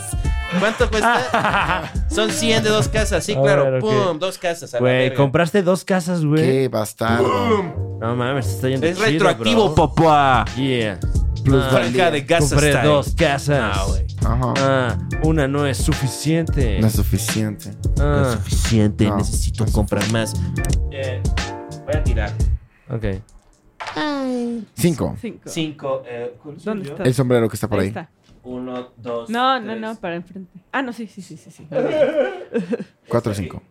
¿Cuánto cuesta? Son 100 de dos casas, sí,
A
claro.
ver, ok.
Pum, dos casas. a la
Güey,
verga.
compraste dos casas, güey.
Qué bastardo.
No mames, te está yendo
Es
chido,
retroactivo,
bro.
papá.
Yeah.
Plus
Ah,
Franja de gas
Compré
style.
dos casas.
Ah, güey.
Ajá.
Ah, una no es suficiente.
No es suficiente.
No es
Ah,
suficiente,
No,
necesito
no es
comprar más. Eh, voy a tirar.
ok.
Cinco.
Cinco.
Cinco, eh, ¿cuál soy
¿Dónde
yo?
está?
El sombrero que está por
Ahí
ahí.
está.
Uno, dos.
No, no,
tres.
no, para enfrente. Ah, no, sí, sí, sí, sí. sí.
Cuatro, cinro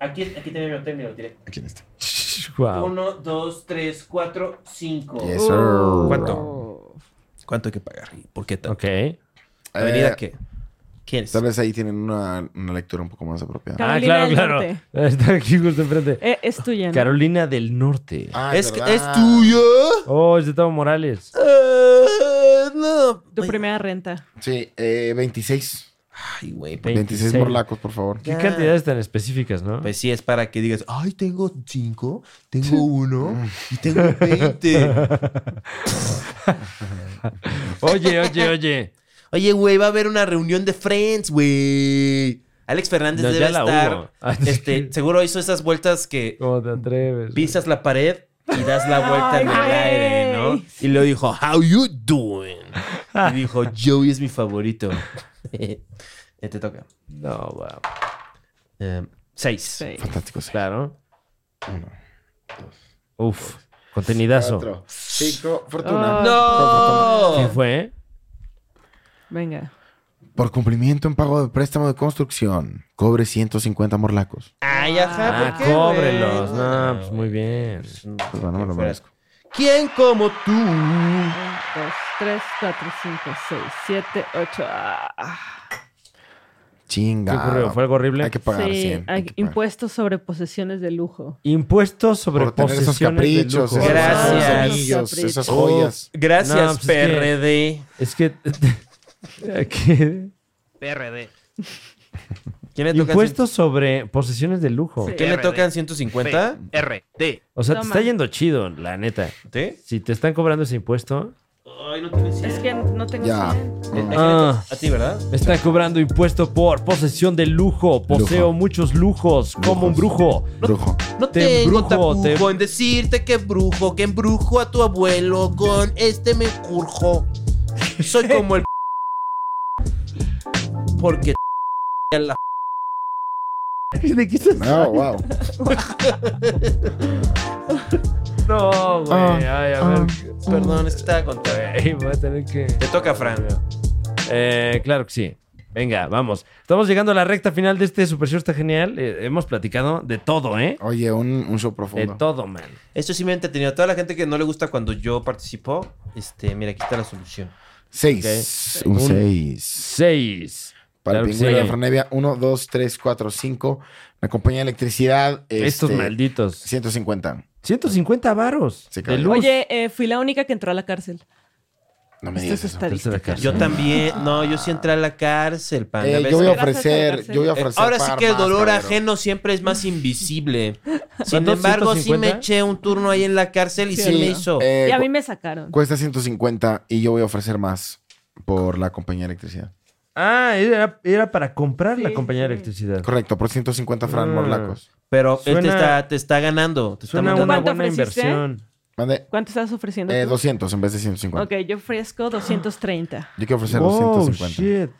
Aquí, aquí también me lo termino, tiré.
Aquí este. está.
Wow.
Uno, dos, tres, cuatro, cinco.
Yes, sir.
Oh. ¿Cuánto? ¿Cuánto hay que pagar? ¿Y ¿Por qué tanto?
Ok. Ah,
¿Avenida
Eh,
qué? ¿Quieres?
Tal vez ahí tienen una, una lectura un poco más apropiada.
Ah,
Carolina
claro,
del
claro.
Norte.
Está aquí justo enfrente.
Eh, es tuya. ¿no?
Carolina del Norte.
Ah,
Es,
verdad.
es tuyo.
Oh, es de Tavo Morales.
Eh, no.
Tu primera renta.
Sí, eh, 26.
Ay, güey. pues-
26 morlacos, por favor.
Qué cantidades tan específicas, ¿no?
Pues sí, es para que digas, ay, tengo cinco, tengo uno
Mm.
y tengo veinte.
Oye, oye, oye.
Oye, güey, va a haber una reunión de Friends, güey. Alex Fernández
No,
debe
ya la
estar.
hubo. Ah,
Este, seguro hizo esas vueltas que
¿Cómo te atreves?
pisas la pared y das la vuelta en el
Ay,
aire, ¿no?
güey.
Y le dijo, How you doing? Y dijo, Joey es mi favorito. Eh, Te toca.
No, wow.
Eh, seis.
Sí.
Fantástico, sí.
Claro. Uf, contenidazo.
Cuatro, cinco, fortuna.
Ah.
¡No!
¿Quién fue?
Venga.
Por cumplimiento en pago de préstamo de construcción, cobre 150 morlacos.
Ay, ajá,
Ah,
¿por qué,
cóbrelos.
güey?
No, pues muy bien.
Pues bueno, me lo
Fuera.
merezco.
¿Quién como tú?
Un, dos, tres, cuatro, cinco, seis, siete, ocho. Ah, ah.
Chinga.
¿Qué ocurrió? ¿Fue algo horrible?
Hay que pagar
sí,
100.
hay-
hay que pagar.
impuestos sobre posesiones de lujo.
Impuestos sobre
Por tener esos
posesiones de
caprichos,
lujo.
esos
Gracias.
anillos,
Caprichos.
esas joyas.
No,
Gracias,
pues es que-
PRD.
Es que... aquí-
PRD. ¿Quién le tocan?
Impuestos sobre posesiones de lujo.
Sí.
¿Quién le tocan 150?
RD.
O sea, te
Toma.
está yendo chido, la neta.
¿Te?
Si te están cobrando ese impuesto,
Ay, no tienes
Es que no tengo
Ya.
cien.
Mm.
Ah.
A ti, ¿verdad?
me están cobrando impuesto por posesión de lujo. Poseo
Lujo.
muchos lujos, como un brujo.
Brujo.
No
Te
tengo
embrujo,
tapujo
te-
en decirte que brujo, que embrujo a tu abuelo con este mejurjo. Soy como el porque a la
¿De qué estás?
No, wow.
No, güey.
Ah,
Ay, a ver.
Perdón, es que estaba contra.
Güey, voy a tener que.
Te toca, Fran.
Eh, claro que sí. Venga, vamos. Estamos llegando a la recta final de este Super Show. Está genial. Eh, hemos platicado de todo, ¿eh?
Oye, un, un show
De
profundo.
todo, man.
Esto sí me ha entretenido. A toda la gente que no le gusta cuando yo participo, este, mira, aquí está la solución.
Seis. Un
Un-
seis.
Seis.
Para
Claro
el
que
pingüino
sí.
de Franevia, uno, dos, tres, cuatro, cinco. La compañía de electricidad.
Estos
este,
malditos.
150.
150 varos.
Se
de
cayó.
luz.
Oye, eh, fui la única que entró a la cárcel.
No me
Esto es
digas eso.
Tercera
estadística.
cárcel.
Yo también. No, yo sí entré a la cárcel, pan.
Eh,
La vez
yo voy a
que-
Gracias,
ofrecer,
Marcelo.
yo voy a
Eh,
ofrecer.
Ahora sí
par
que el
más,
dolor
caballero.
ajeno siempre es más invisible. Sin
¿Cuánto?
embargo, sí me
150?
eché un turno ahí en la cárcel y
Sí,
sí, me
¿no?
hizo.
Eh,
y a
cu-
mí me sacaron.
Cuesta 150 y yo voy a ofrecer más por la compañía de electricidad.
Ah, era, era para comprar la
Sí,
compañía de
sí.
electricidad.
Correcto, por 150 fran
Ah.
morlacos.
Pero él te
Suena-
está, te está ganando. Te está
Suena
mandando-
una
¿Cuánto
buena
ofreciste?
inversión.
Mande
¿Cuánto estás ofreciendo?
eh,
tú?
200 en vez de 150.
ok, yo ofrezco 230.
Yo quiero ofrecer
Wow,
250.
Oh, shit.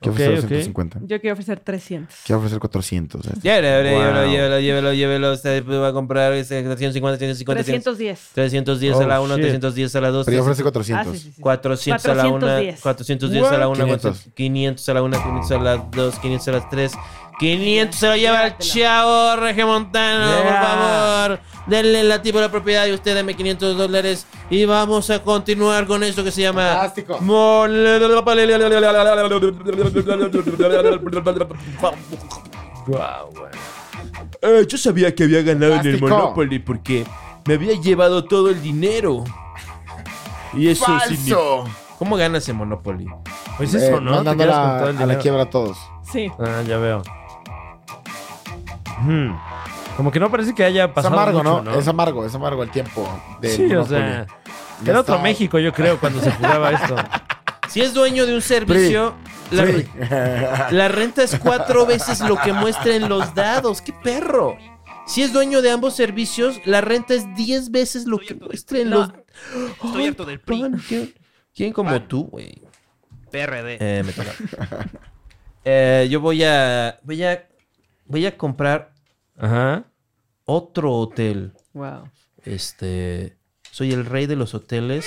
Quiero
Ok,
ofrecer
ok.
250.
Yo quiero ofrecer 300.
Quiero ofrecer 400. eh.
Llévelo, llévelo,
Wow.
llévelo, llévelo, llévelo. Usted va a comprar este, 350, 350,
310.
310 a la
Oh,
1,
shit.
310 a la 2,
Pero yo ofrecer
Ah,
400.
sí, sí, sí.
400 a la 1,
410.
410 a la 1,
500.
500 a la 1, 500 a la 2, 500 a la 3, 500 se lo lleva el chavo Regiomontano,
Yeah.
por favor. Denle la tipo la propiedad y usted deme 500 dólares. Y vamos a continuar con esto que se llama.
Fantástico.
Mol-
Wow, güey.
Eh, yo sabía que había ganado en el
Plástico.
Monopoly porque me había llevado todo el dinero. Y eso significa-
¡Falso!
¿Cómo ganas en Monopoly?
Pues
Eh,
eso, ¿no? Te
mandando
quedas
la-
con todo el
a la
dinero.
quiebra a todos.
Sí.
Ah, ya veo. Hmm. Como que no parece que haya
Es
pasado
amargo,
mucho,
¿no? Es amargo, es amargo el tiempo. De
sí, o sea, era otro México, yo creo, cuando se jugaba esto.
Si es dueño de un servicio, la, re- la renta es cuatro veces lo que muestra en los dados. ¡Qué perro! Si es dueño de ambos servicios, la renta es diez veces lo que muestra en
No.
los...
Estoy harto del PRI.
Pan, ¿quién- ¿Quién como tú, güey?
PRD.
Eh, me toca. Eh, yo voy a... Voy a... Voy a comprar
Ajá.
otro hotel.
Wow.
Este. Soy el rey de los hoteles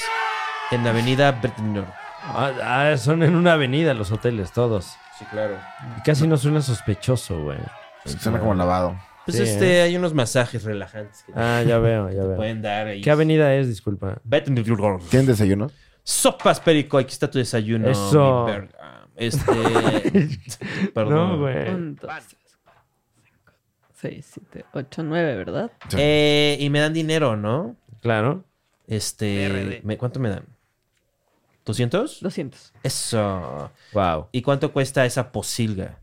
en Avenida Bretnor.
Ah, ah, son en una avenida los hoteles, todos.
Sí, claro.
Y casi no suena sospechoso, güey.
Suena como lavado.
Pues
Sí, ¿eh?
este, hay unos masajes relajantes que
Ah, ya veo, ya
Pues,
te
veo.
pueden dar ahí.
¿Qué avenida es? Disculpa.
Bettenur.
¿Tienen desayuno?
Sopas perico, aquí está tu desayuno.
Eso.
mi verga. Este. perdón.
No, güey.
Un, dos, tres, cuatro, cinco, seis, siete, ocho, nueve, ¿verdad?
Eh, y me dan dinero, ¿no?
Claro.
Este.
PRD.
me- ¿Cuánto me dan? ¿200?
200.
Eso.
Wow.
¿Y cuánto cuesta esa posilga?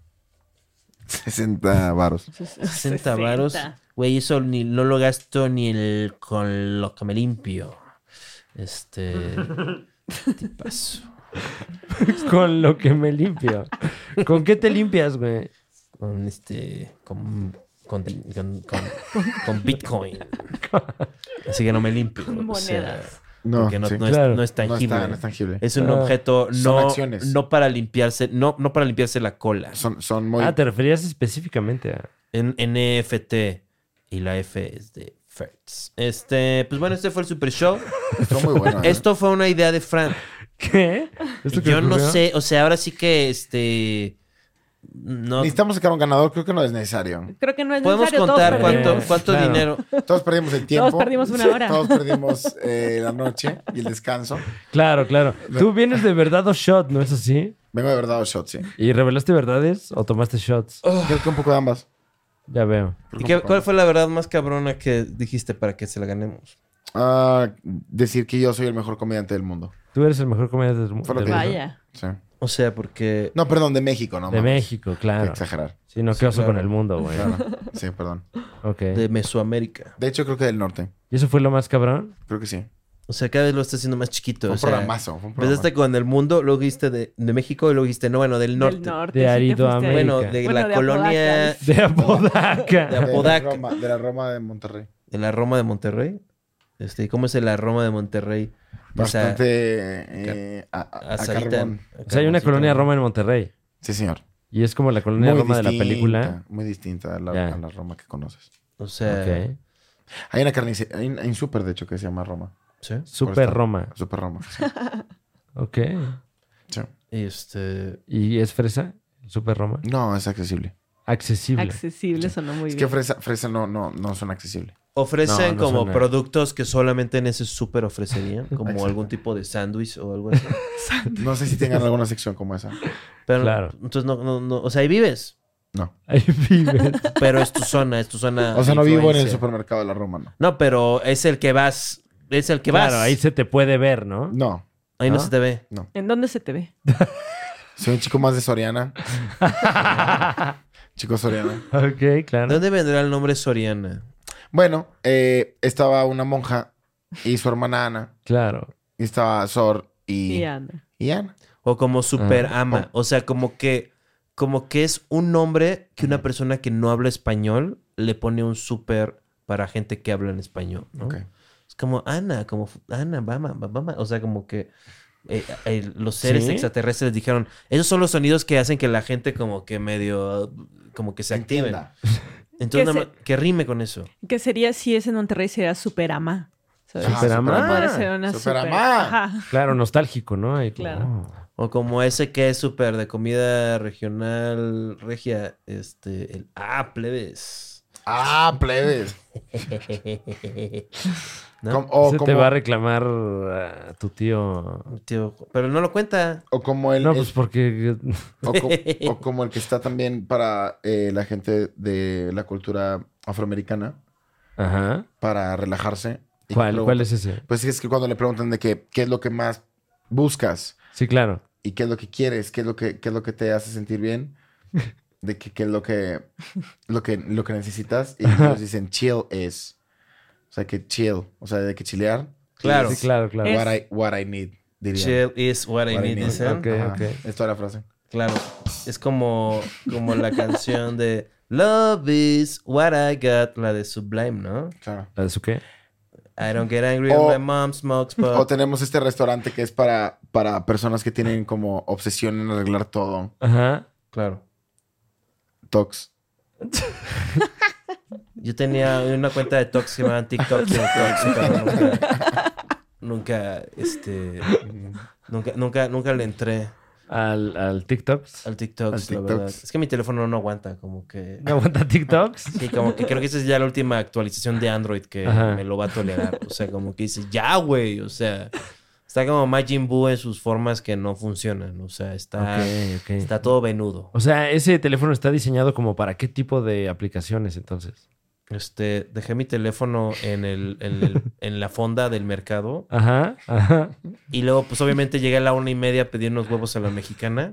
60 varos.
60 varos. Güey, eso ni, no lo gasto ni el, con lo que me limpio. Este. tipazo.
Con lo que me limpio. ¿Con qué te limpias, güey?
Con este. Con. Con, con, con- con Bitcoin. Así que no me limpio. o sea,
Monedas.
No,
porque no,
sí.
no es,
Claro.
no es
No
tangible.
está- no es tangible.
Es un
Ah.
objeto
Son
no,
acciones.
no para limpiarse, no, no para limpiarse la cola.
Son, son muy.
Ah, te referías específicamente a.
En NFT y la F es de Fertz. Este, pues bueno, este fue el Super Show.
Son muy buenos. ¿eh?
Esto fue una idea de Fran.
¿Qué?
Y Yo no sé, o sea, ahora sí que este no
Necesitamos sacar un ganador, creo que no es necesario.
Creo que no es
podemos
necesario.
contar
todos
cuánto
perdimos.
cuánto
Claro.
dinero.
Todos perdimos el tiempo.
perdimos una hora.
Todos perdimos eh, la noche y el descanso.
Claro, claro. Tú vienes de verdad o shot, ¿no es así?
Vengo de verdad o shot, sí.
¿Y revelaste verdades o tomaste shots?
Creo que un poco de ambas.
Ya veo.
¿Y qué- cuál fue la verdad más cabrona que dijiste para que se la ganemos?
Ah, decir que yo soy el mejor comediante del mundo.
Tú eres el mejor comediante del mu-
Fue lo
del
que
mundo.
dije.
Vaya.
Sí.
O sea, porque
No, perdón, de México, ¿no?
De
mames.
México,
Qué
claro.
Exagerar.
Sí, no,
Sí,
qué oso
claro.
con el mundo, güey.
Claro. Sí, perdón.
Ok.
de Mesoamérica.
De hecho, creo que del norte.
¿Y eso fue lo más cabrón?
Creo que sí.
O sea, cada vez lo está haciendo más chiquito.
Fue
O
un
sea, pues este
programazo. Fue un programa.
empezaste con el mundo, luego dijiste de, de México y luego dijiste, no, bueno, del norte.
Del norte.
De
sí te
Arido
fuiste ahí.
América.
Bueno, de
Bueno,
la
de
colonia
De
Apodaca,
Apodaca.
De
De la,
Apodaca.
Roma, de la Roma de Monterrey.
de la Roma de Monterrey. Este, ¿y ¿cómo es la Roma de Monterrey? O sea,
Bastante eh, a, a- a
asadita.
carbón.
O sea, hay una
Carboncito.
colonia Roma en Monterrey.
Sí, señor.
Y es como la colonia Roma de la película.
Muy distinta a la,
Ya.
a la Roma que conoces.
O sea,
ok.
Hay una carnicería, hay un, hay un súper, de hecho, que se llama Roma.
sí.
Por
Super
esta-
Roma.
Súper Roma. sí.
Ok.
Sí.
Este,
¿Y es fresa? Super Roma.
No, es accesible.
Accesible.
Accesible sonó muy
Es que
bien.
fresa, fresa no, no, no son accesibles.
ofrecen
No, no
como
son, eh.
productos que solamente en ese súper ofrecerían, como
Exacto.
algún tipo de sándwich o algo así.
No sé si tengan alguna sección como esa.
Pero
Claro.
entonces no, no, no, o sea, ahí vives,
No.
Ahí vives.
pero es tu zona, es tu zona.
O sea,
de
no vivo en el
influencia.
supermercado de la Roma, no.
No, pero es el que vas, es el que
claro,
vas.
ahí se te puede ver, ¿no?
No.
Ahí no,
¿no?
se te ve.
¿En dónde se te ve?
Soy un chico más de Soriana. chico Soriana.
ok,
¿De
claro.
dónde vendrá el nombre Soriana?
Bueno, eh, estaba una monja y su hermana Ana.
Claro.
Y estaba Sor y,
Y anda.
y Ana.
O como super ama. O sea, como que, como que es un nombre que una persona que no habla español le pone un super para gente que habla en español. ¿no?
Ok.
Es como Ana, como fu- Ana, Bama, Bama. O sea, como que eh, eh, los seres
¿Sí?
extraterrestres dijeron, esos son los sonidos que hacen que la gente como que medio, como que se active.
Entienda.
Entonces,
Que
nada más- que rime con eso.
¿Qué sería si es en Monterrey? Sería Superama.
Ah,
¿sabes?
Ajá,
Superama.
Podría ser una
Superama.
super- Ajá.
Claro, nostálgico, ¿no? Ahí como-
Claro.
O como ese que es súper de comida regional regia, este, el ah, plebes.
Ah, plebes.
¿No?
Com- o,
"Oh, Ese te
como,
va a reclamar a tu tío.
Tío, pero no lo cuenta.
o como el,
No, pues porque.
o, co- o como el que está también para eh, la gente de la cultura afroamericana
Ajá.
para relajarse. Y
¿Cuál,
luego-
¿Cuál es ese?
Pues es que cuando le preguntan de que, qué es lo que más buscas
Sí, claro.
y qué es lo que quieres, qué es lo que, qué es lo que te hace sentir bien, de que, qué es lo que, lo que, lo que necesitas, y ellos dicen chill es. O sea, que chill, o sea, de que chilear.
Claro.
Sí, claro, claro.
Es-
What, I, what I need, diría.
Chill is what I
What I
need,
need.
dicen.
Ok,
Ajá.
ok.
Es toda la frase.
Claro. Es como, como la canción de Love is what I got, la de Sublime, ¿no?
Claro.
¿La de su qué?
I don't get angry
O-
when my mom smokes
O
pot.
tenemos este restaurante que es para, para personas que tienen como obsesión en arreglar todo.
Ajá.
Claro.
Tox.
Yo tenía una cuenta de Tox que me daban TikTok, que era Tox, pero nunca, nunca, este, nunca, nunca, nunca le entré
Al, al TikTok.
al TikTok,
Al
la
TikToks.
verdad. Es que mi teléfono no aguanta, como que...
¿No aguanta TikToks?
Sí, como que creo que esa es ya la última actualización de Android que
Ajá.
me lo va a tolerar. O sea, como que dice, ya, güey. O sea, está como Majin Buu en sus formas que no funcionan. O sea, está,
Ok, ok.
Ah, está todo venudo.
O sea, ese teléfono está diseñado como para qué tipo de aplicaciones entonces.
Este, dejé mi teléfono en, el, en, el- en la fonda del mercado.
Ajá, ajá.
Y luego, pues obviamente llegué a la una y media a pedir unos huevos a la mexicana.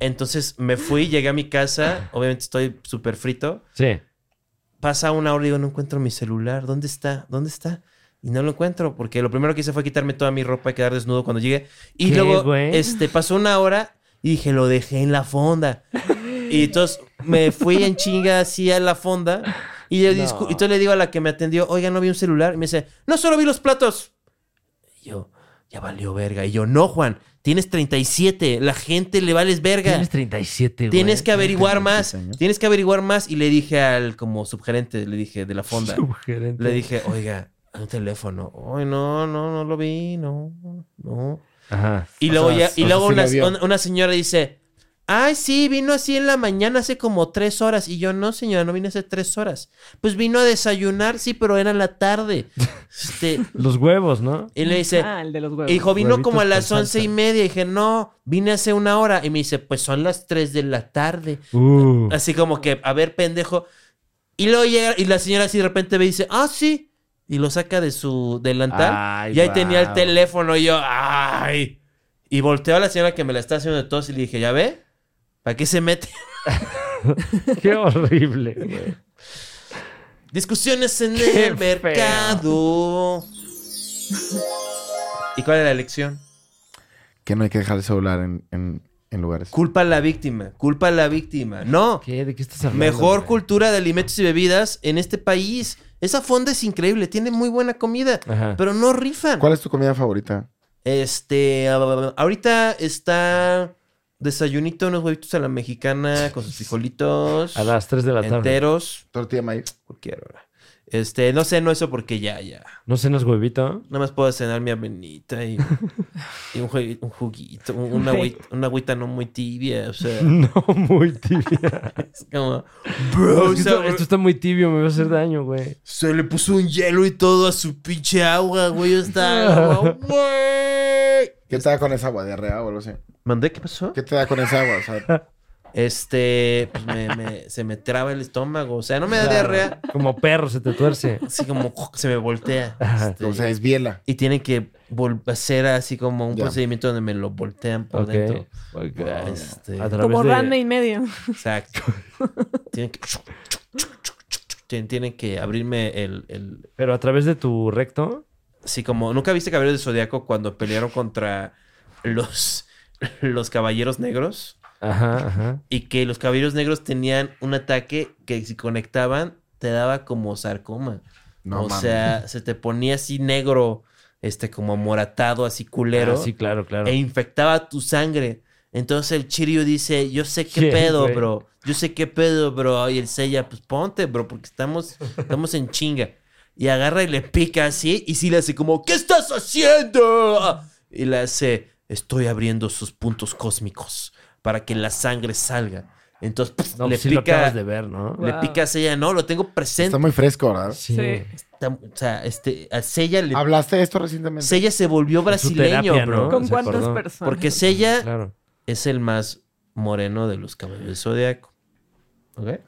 Entonces me fui, llegué a mi casa. Obviamente estoy súper frito.
Sí.
pasa una hora y digo, no encuentro mi celular. ¿Dónde está? ¿Dónde está? Y no lo encuentro porque lo primero que hice fue quitarme toda mi ropa y quedar desnudo cuando llegué. Y
¿Qué,
luego,
güey?
este, pasó una hora y dije, lo dejé en la fonda. Y entonces me fui en chinga así a la fonda. Y, yo discu- y entonces le digo a la que me atendió, oiga, no vi un celular. Y me dice, no, solo vi los platos. Y yo, ya valió verga. Y yo, no, Juan, tienes 37, la gente le vales verga.
Tienes 37, güey.
Tienes que averiguar
tengo 16
más.
años.
Tienes que averiguar más. Y le dije al como subgerente, le dije de la fonda.
Subgerente.
Le dije, oiga, hay un teléfono. Ay, no, no, no lo vi, no, no.
Ajá.
Y
O
luego,
sea,
ya, y
o sea,
luego
sí lo
una,
vio.
una- una señora dice, ay, sí, vino así en la mañana hace como tres horas. Y yo, no, señora, no vino hace tres horas. Pues vino a desayunar, sí, pero era en la tarde. Este,
Los huevos, ¿no?
y le dice,
Ah, el de los huevos.
y dijo, vino
Huevitos
como a
con
las
salsa.
once y media. Y dije, no, vine hace una hora. Y me dice, pues son las tres de la tarde.
Uh.
Así como que, a ver, pendejo. Y luego llega, y la señora así de repente me dice, ah, sí. Y lo saca de su delantal.
Ay,
y ahí
guau.
tenía el teléfono. Y yo, ay. Y volteo a la señora que me la está haciendo de tos y le dije, ¿ya ve? ¿Para qué se mete?
Qué horrible, güey.
Discusiones en
Qué
el
feo.
mercado. ¿Y cuál era la lección?
Que no hay que dejar el celular en, en- en lugares.
Culpa a la víctima. Culpa a la víctima. No.
¿Qué? ¿De qué estás hablando?
Mejor
güey?
cultura de alimentos y bebidas en este país. Esa fonda es increíble, tiene muy buena comida,
Ajá.
pero no rifan.
¿Cuál es tu comida favorita?
Este, ahorita está desayunito, unos huevitos a la mexicana con sus frijolitos
A las 3 de la tarde.
enteros,
Tortilla de maíz.
cualquier hora. Este, no sé, no eso porque ya, ya.
¿No cenas huevito?
Nada más puedo cenar mi avenita y, y un, jue- un juguito, un- una,
Ok.
agüita, una agüita no muy tibia, o sea,
No, muy tibia.
es como...
No,
Bro,
es que esto, esto está muy tibio, me va a hacer daño, güey.
Se le puso un hielo y todo a su pinche agua, güey. Está agua, güey.
¿Qué te da con esa agua? ¿Diarrea o algo así?
¿Mandé qué pasó?
¿Qué te da con esa agua? O sea,
Este, pues me, me- se me traba el estómago. O sea, no me da diarrea.
Como perro se te tuerce.
Así como se me voltea.
Ajá.
Este,
o sea, es biela.
y tienen que vol- hacer así como un
Ya.
procedimiento donde me lo voltean por
Ok.
dentro.
Ok.
Este,
A través
Como
de-
Ranma y medio.
exacto. tienen que. Tien- Tienen que abrirme el, el,
Pero a través de tu recto.
Sí, como nunca viste Caballeros de Zodíaco cuando pelearon contra los, los Caballeros Negros
Ajá, ajá.
y que los Caballeros Negros tenían un ataque que si conectaban te daba como sarcoma.
No
o
mames.
sea, se te ponía así negro, este como moratado, así culero
Ah, sí, claro, claro.
e infectaba tu sangre. Entonces el Chirio dice, yo sé qué
Sí,
pedo,
güey.
bro. Yo sé qué pedo, bro. Y el Seiya, pues ponte, bro, porque estamos, estamos en chinga. Y agarra y le pica así. Y sí le hace como, ¿qué estás haciendo? Y le hace, estoy abriendo sus puntos cósmicos para que la sangre salga. Entonces pss,
No,
le,
pues sí lo
pica,
acabas de ver, ¿no?
le
Wow.
pica a Seiya. No, lo tengo presente.
Está muy fresco, ¿verdad?
Sí.
Sí.
Está- o sea, este, a Seiya, le,
¿Hablaste de esto recientemente?
Seiya se volvió
En su
brasileño,
terapia,
bro.
¿no?
¿Con
se
cuántas
acordó.
personas?
Ah, Porque Seiya
Claro.
es el más moreno de los caballeros del zodiaco. ¿Ok?
Pero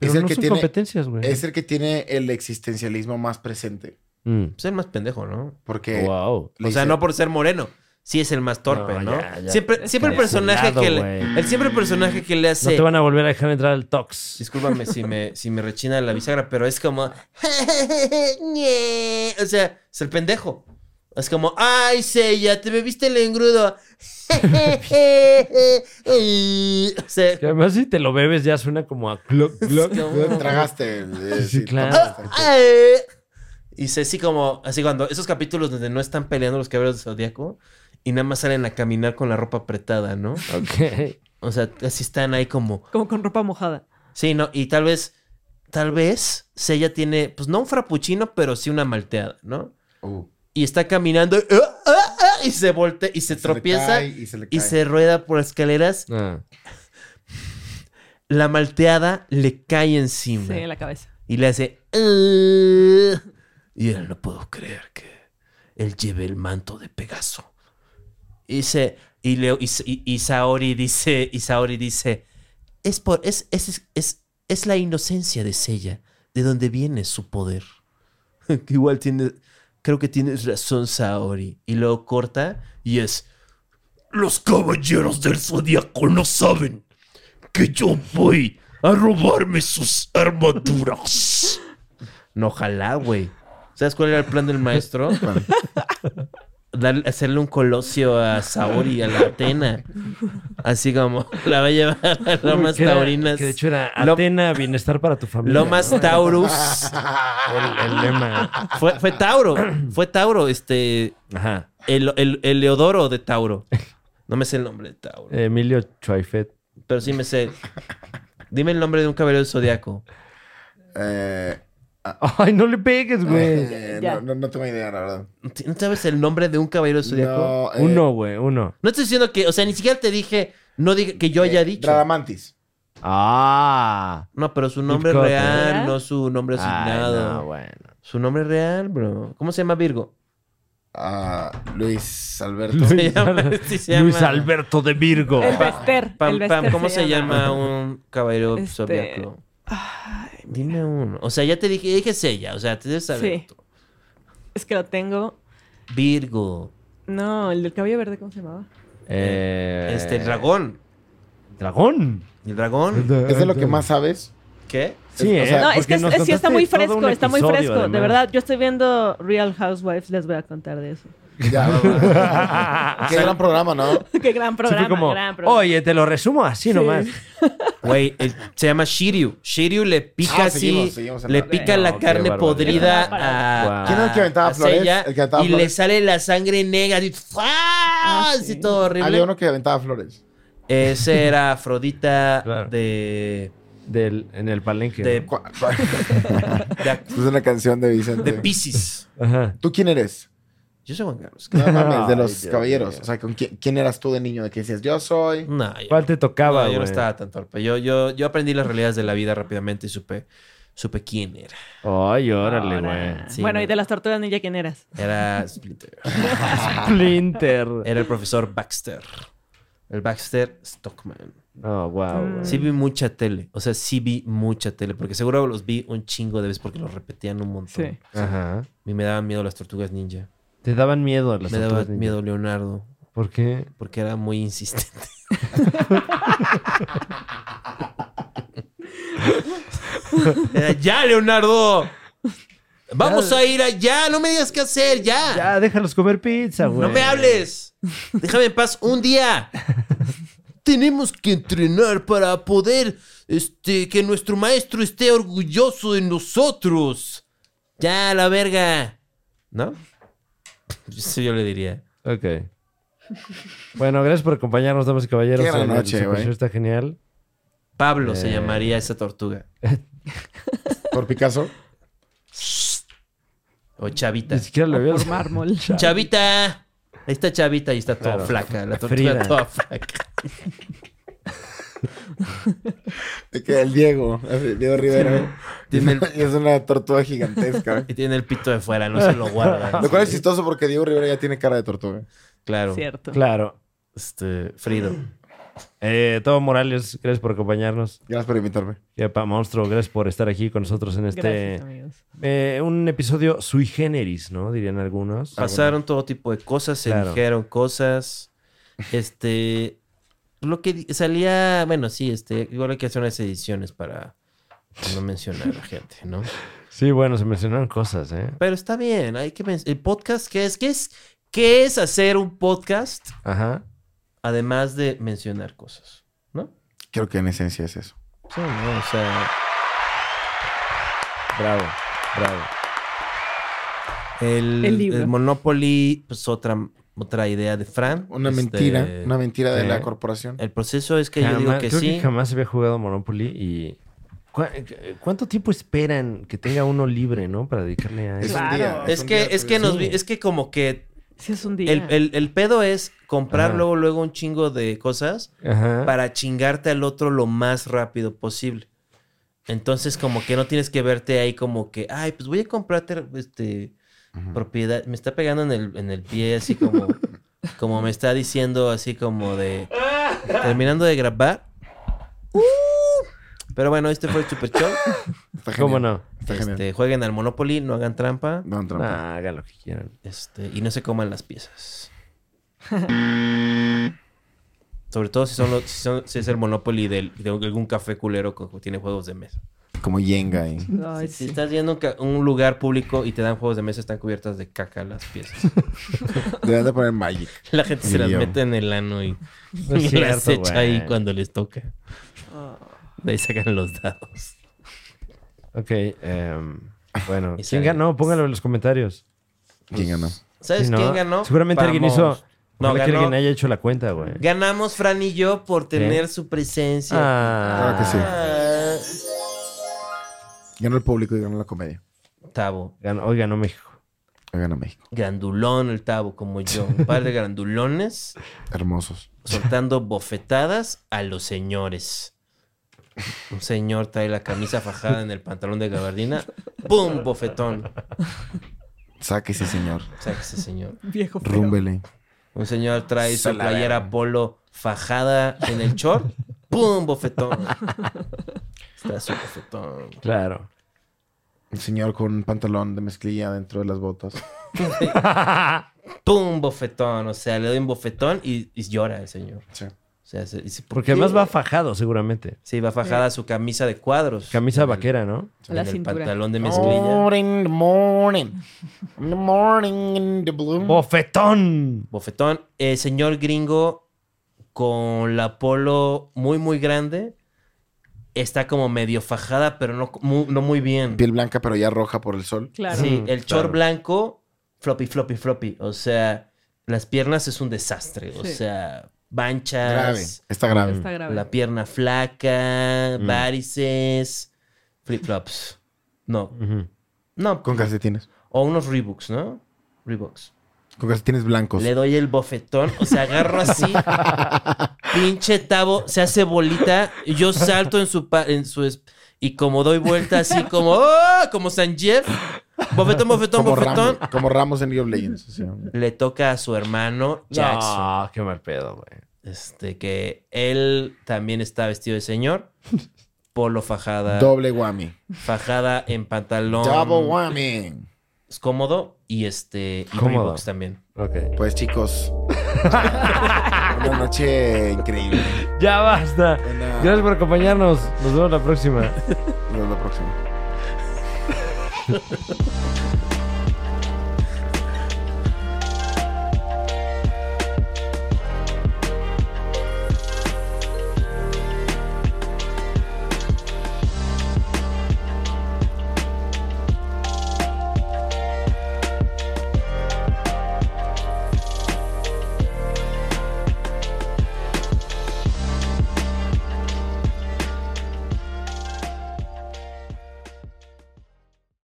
Es el
no
que
son
tiene...
competencias, güey.
Es el que tiene el existencialismo más presente.
Mm.
Es el más pendejo, ¿no?
Porque...
Wow.
le
o sea,
dice-
no por ser moreno. Sí es el más torpe,
No,
¿no?
ya, ya.
Siempre,
Es
siempre el
que es un
personaje
lado,
que le,
güey.
el siempre el personaje que
No
le hace.
te van a volver a dejar entrar al Tox.
Discúlpame si me, si me rechina la bisagra, pero es como. "Ñe". o sea, es el pendejo. Es como, ay, Seiya, te bebiste el engrudo. o sea,
Que además, si te lo bebes, ya suena como a clock, clock.
como-
Tragaste. eh,
Sí,
sí,
claro.
tomaste.
"Ah, ¡Ay! Y se así como, así cuando esos capítulos donde no están peleando los caballeros del zodiaco y nada más salen a caminar con la ropa apretada, ¿no?
Ok.
O sea, así están ahí como,
Como con ropa mojada.
sí, no, y tal vez, tal vez Sella tiene, pues no un frappuccino, pero sí una malteada, ¿no?
Uh,
Y está caminando y, ¡ah, ah, ah! y se voltea y se
le
tropieza
cae y se le
y
cae.
se rueda por escaleras.
Ah.
La malteada le cae
Sí,
encima.
en la cabeza.
Y le hace. "Ugh". Y él no puedo creer que él lleve el manto de Pegaso. Y dice. Y, Leo, y, y- y Saori dice. Y Saori dice. Es por. Es, es, es, es, es la inocencia de Sella. De donde viene su poder. Que Igual tiene. Creo que tienes razón, Saori. Y luego corta y es. Los caballeros del zodiaco no saben que yo voy a robarme sus armaduras. No, ojalá, güey. ¿Sabes cuál era el plan del maestro? dar- hacerle un colosio a Saori, a la Atena. Así como la va a llevar a Lomas
Que era-
Taurinas.
Que de hecho era
Lo-
Atena, bienestar para tu familia.
Lomas Taurus.
El, el lema.
Fue, fue Tauro. Fue Tauro, este.
Ajá.
El, el, el Leodoro de Tauro. No me sé el nombre de Tauro.
Emilio Chuaifet.
Pero sí me sé. Dime el nombre de un caballero del zodiaco.
Eh,
Ay, no le pegues, güey.
eh,
Ya.
no, no, no tengo idea, la verdad.
¿No sabes el nombre de un caballero del zodiaco? No.
No, eh,
Uno, güey, uno.
estoy diciendo que. O sea, ni siquiera te dije. No diga que yo
eh,
haya dicho.
Radamantis.
Ah.
No, pero su nombre
Cotter.
real,
¿Real?
no su nombre asignado.
¿eh? Ay, no, bueno.
Su nombre real, bro. ¿Cómo se llama Virgo?
Ah, Luis Alberto.
Se llama- sí, se
Luis
llama-
Alberto de Virgo.
El Vester.
Pam,
el
pam,
Vester
¿Cómo se, llama? un caballero
Este,
zodiaco? Dime uno. O sea, ya te dije, dije ella. O sea, te debes saber.
Sí.
tú.
Es que lo tengo.
Virgo.
No, el del cabello verde, ¿cómo se llamaba?
Eh,
Este, el dragón.
Dragón.
El dragón.
¿Es de lo que más sabes?
¿qué?
Sí,
O
¿eh?
sea,
No, es
porque
que es-
nos
es- sí está
contaste
muy
todo un
fresco, está muy
episodio,
fresco. De
además.
verdad, yo estoy viendo Real Housewives, les voy a contar de eso.
Ya, no, no. Qué gran programa, ¿no?
Qué gran
Sí, fue
programa,
como,
gran programa.
Oye, te lo resumo así nomás.
Güey, el- se llama Shiryu. Shiryu le pica
Ah,
así,
seguimos, seguimos en
le
la-
pica
No,
la
qué
carne
barbaridad.
podrida
Wow.
a,
¿Quién
era el que aventaba
a
flores?
Seiya,
¿El que aventaba
y le
flores?
sale la sangre negra y ¡fua! así
sí.
todo horrible.
Había Ah, uno que aventaba flores.
Ese era Afrodita
Claro.
de,
Del, en el palenque.
De-
¿no?
Cu- cu-
de,
es una canción de Vicente.
de Pisces.
Ajá.
¿Tú quién eres?
Yo soy Juan Carlos.
No mames, de los
Ay, Dios
caballeros.
mío.
O sea, ¿con quién, quién eras tú de niño? ¿De qué decías? Yo soy.
No, yo,
¿Cuál te tocaba,
no,
güey?
yo no estaba tan torpe. Yo, yo, yo aprendí las realidades de la vida rápidamente y supe, supe quién era.
Ay, órale,
Ahora.
güey.
Sí,
bueno,
no.
y de las tortugas ninja, ¿quién eras?
Era Splinter.
Splinter.
Era el profesor Baxter. El Baxter Stockman.
Oh, wow. güey.
Mm.
Sí vi mucha tele. O sea, sí vi mucha tele. Porque seguro los vi un chingo de veces porque los repetían un montón.
Sí.
Ajá.
Y me daban miedo las tortugas ninja.
Te daban miedo las
me daba
tortugas ninja?
miedo Leonardo.
¿Por qué?
Porque era muy insistente. Era, ¡Ya, Leonardo! ¡Vamos a ir allá! ¡No me digas qué hacer! ¡Ya!
Ya, déjalos comer pizza, güey.
¡No me hables! ¡Déjame en paz un día! Tenemos que entrenar para poder este, que nuestro maestro esté orgulloso de nosotros. ¡Ya, la verga! ¿No? Eso yo le diría.
Ok. Bueno, gracias por acompañarnos, damas y caballeros.
Qué gran
El
noche,
Super
güey.
Show Está genial.
Pablo se
Eh.
llamaría esa tortuga.
Por Picasso.
O Chavita.
Ni siquiera lo veo.
Por mármol.
¡Chavita! Ahí está Chavita y está toda
Claro.
flaca. La tortuga
Frida.
toda flaca.
De que el Diego. así, Diego Rivera.
Tiene el-
Y es una tortuga gigantesca.
Y tiene el pito de fuera, no se lo guarda.
Lo cual es chistoso porque Diego Rivera ya tiene cara de tortuga.
Claro.
Cierto.
Claro.
Este, Frido.
Eh, Todo Morales, gracias por acompañarnos.
Gracias por invitarme.
Yepa, monstruo, gracias por estar aquí con nosotros en este.
Gracias, amigos.
Eh, un episodio sui generis, ¿no? Dirían algunos.
Pasaron todo tipo de cosas, se
Claro.
dijeron cosas. Este. Lo que di- salía. Bueno, sí, este. Igual hay que hacer unas ediciones para no mencionar a la gente, ¿no?
Sí, bueno, se mencionaron cosas, ¿eh?
Pero está bien, hay que. men- El podcast, ¿qué es? ¿Qué es? ¿Qué es hacer un podcast?
Ajá.
Además de mencionar cosas, ¿no?
Creo que en esencia es eso.
Sí, ¿no? O sea.
Bravo, bravo.
El,
El libro.
el Monopoly, pues otra, otra idea de Fran.
Una
Este,
mentira. Una mentira de
eh,
la corporación.
El proceso es que yo digo
Jamás-
que
creo
sí.
que jamás se había jugado Monopoly y. ¿Cuá- ¿Cuánto tiempo esperan que tenga uno libre, no? Para dedicarle a
Es
eso.
Claro.
un día.
Es
un
que,
día, pues,
es que nos
sí.
vi- es que como que
Sí, es un día.
el, el- el pedo es comprar
Ajá.
luego, luego un chingo de cosas
Ajá.
para chingarte al otro lo más rápido posible. Entonces, como que no tienes que verte ahí como que, ay, pues voy a comprarte este propiedad. Me está pegando en el, en el pie, así como, como me está diciendo, así como de terminando de grabar. ¡Uh! Pero bueno, este fue el super show.
Está genial.
¿Cómo no?
Está genial.
Este, jueguen al Monopoly, no hagan trampa.
Don Trump.
Nah, hagan lo que quieran.
Este, y no se coman las piezas. Sobre todo si, son los- si, son- si es el Monopoly del- de algún café culero que tiene juegos de mesa.
Como Yenga. ahí.
Ay,
Si
sí.
estás yendo a un ca- un lugar público y te dan juegos de mesa, están cubiertas de caca las piezas.
Deberían de poner Magic.
La gente se las
Yo.
mete en el ano y,
No es
y las
cierto,
echa
güey.
ahí cuando les toca. De ahí sacan los dados.
Ok, em, bueno.
Y
¿Quién
sale.
ganó? Pónganlo en los comentarios.
Yenga no.
¿Sabes
Sí, ¿no?
quién ganó?
Seguramente alguien
Vamos.
hizo. No,
No,
que
ganó-
alguien haya hecho la cuenta, güey.
Ganamos Fran y yo por tener su presencia.
¿Eh? Ah,
Claro que sí.
Ah.
Ganó el público y ganó la comedia.
Tabo.
ganó- hoy ganó México.
Hoy Ganó México.
Grandulón el Tabo, como yo. Un par de grandulones
Hermosos.
soltando bofetadas a los señores. Un señor trae la camisa fajada en el pantalón de gabardina. ¡Pum! Bofetón.
Sáquese, señor.
Sáquese, señor.
Viejo feo.
Rúmbele.
Un señor trae
Se
su
la
playera
verga.
polo fajada en el short. ¡Pum! Bofetón. Está su bofetón.
Claro.
Un señor con un pantalón de mezclilla dentro de las botas.
¡Pum! Bofetón. O sea, le doy un bofetón y, y llora el señor.
Sí.
O sea, se- dice, ¿por
Porque
qué?
además va fajado, seguramente.
Sí, va fajada su camisa de cuadros.
Camisa
En el-
vaquera, ¿no?
A la
en el
cintura.
pantalón
Oh,
de mezclilla.
in the morning. In the morning in the blue.
¡Bofetón!
Bofetón. Eh, señor gringo con la polo muy, muy grande. Está como medio fajada, pero no muy, no muy bien.
Piel blanca, pero ya roja por el sol.
Claro.
Sí,
Mm,
el
claro.
short blanco, floppy, floppy, floppy. O sea, las piernas es un desastre. O
Sí.
sea,
Grave.
manchas,
Está grave.
Está grave.
la pierna flaca, varices, flip-flops. No,
Ujú.
no.
Con calcetines.
O unos Reeboks, ¿no? Reeboks.
Con calcetines blancos.
Le doy el bofetón, o sea, agarro así. pinche tabo, se hace bolita. Yo salto en su. pa- en su es- y como doy vuelta así, como. ¡oh! Como San Jeff. Bofetón, bofetón,
como,
bofetón.
Ramos, como Ramos en League of Legends. sí.
Le toca a su hermano Jackson.
No, qué mal pedo, güey.
Este, que él también está vestido de señor. Polo fajada.
Doble whammy.
Fajada en pantalón.
Double whammy.
Es cómodo. Y este. Y
Cómodo.
Reeboks también.
Ok.
Pues chicos. una noche increíble.
Ya basta.
Una-
Gracias por acompañarnos. Nos vemos la próxima.
Nos vemos la próxima.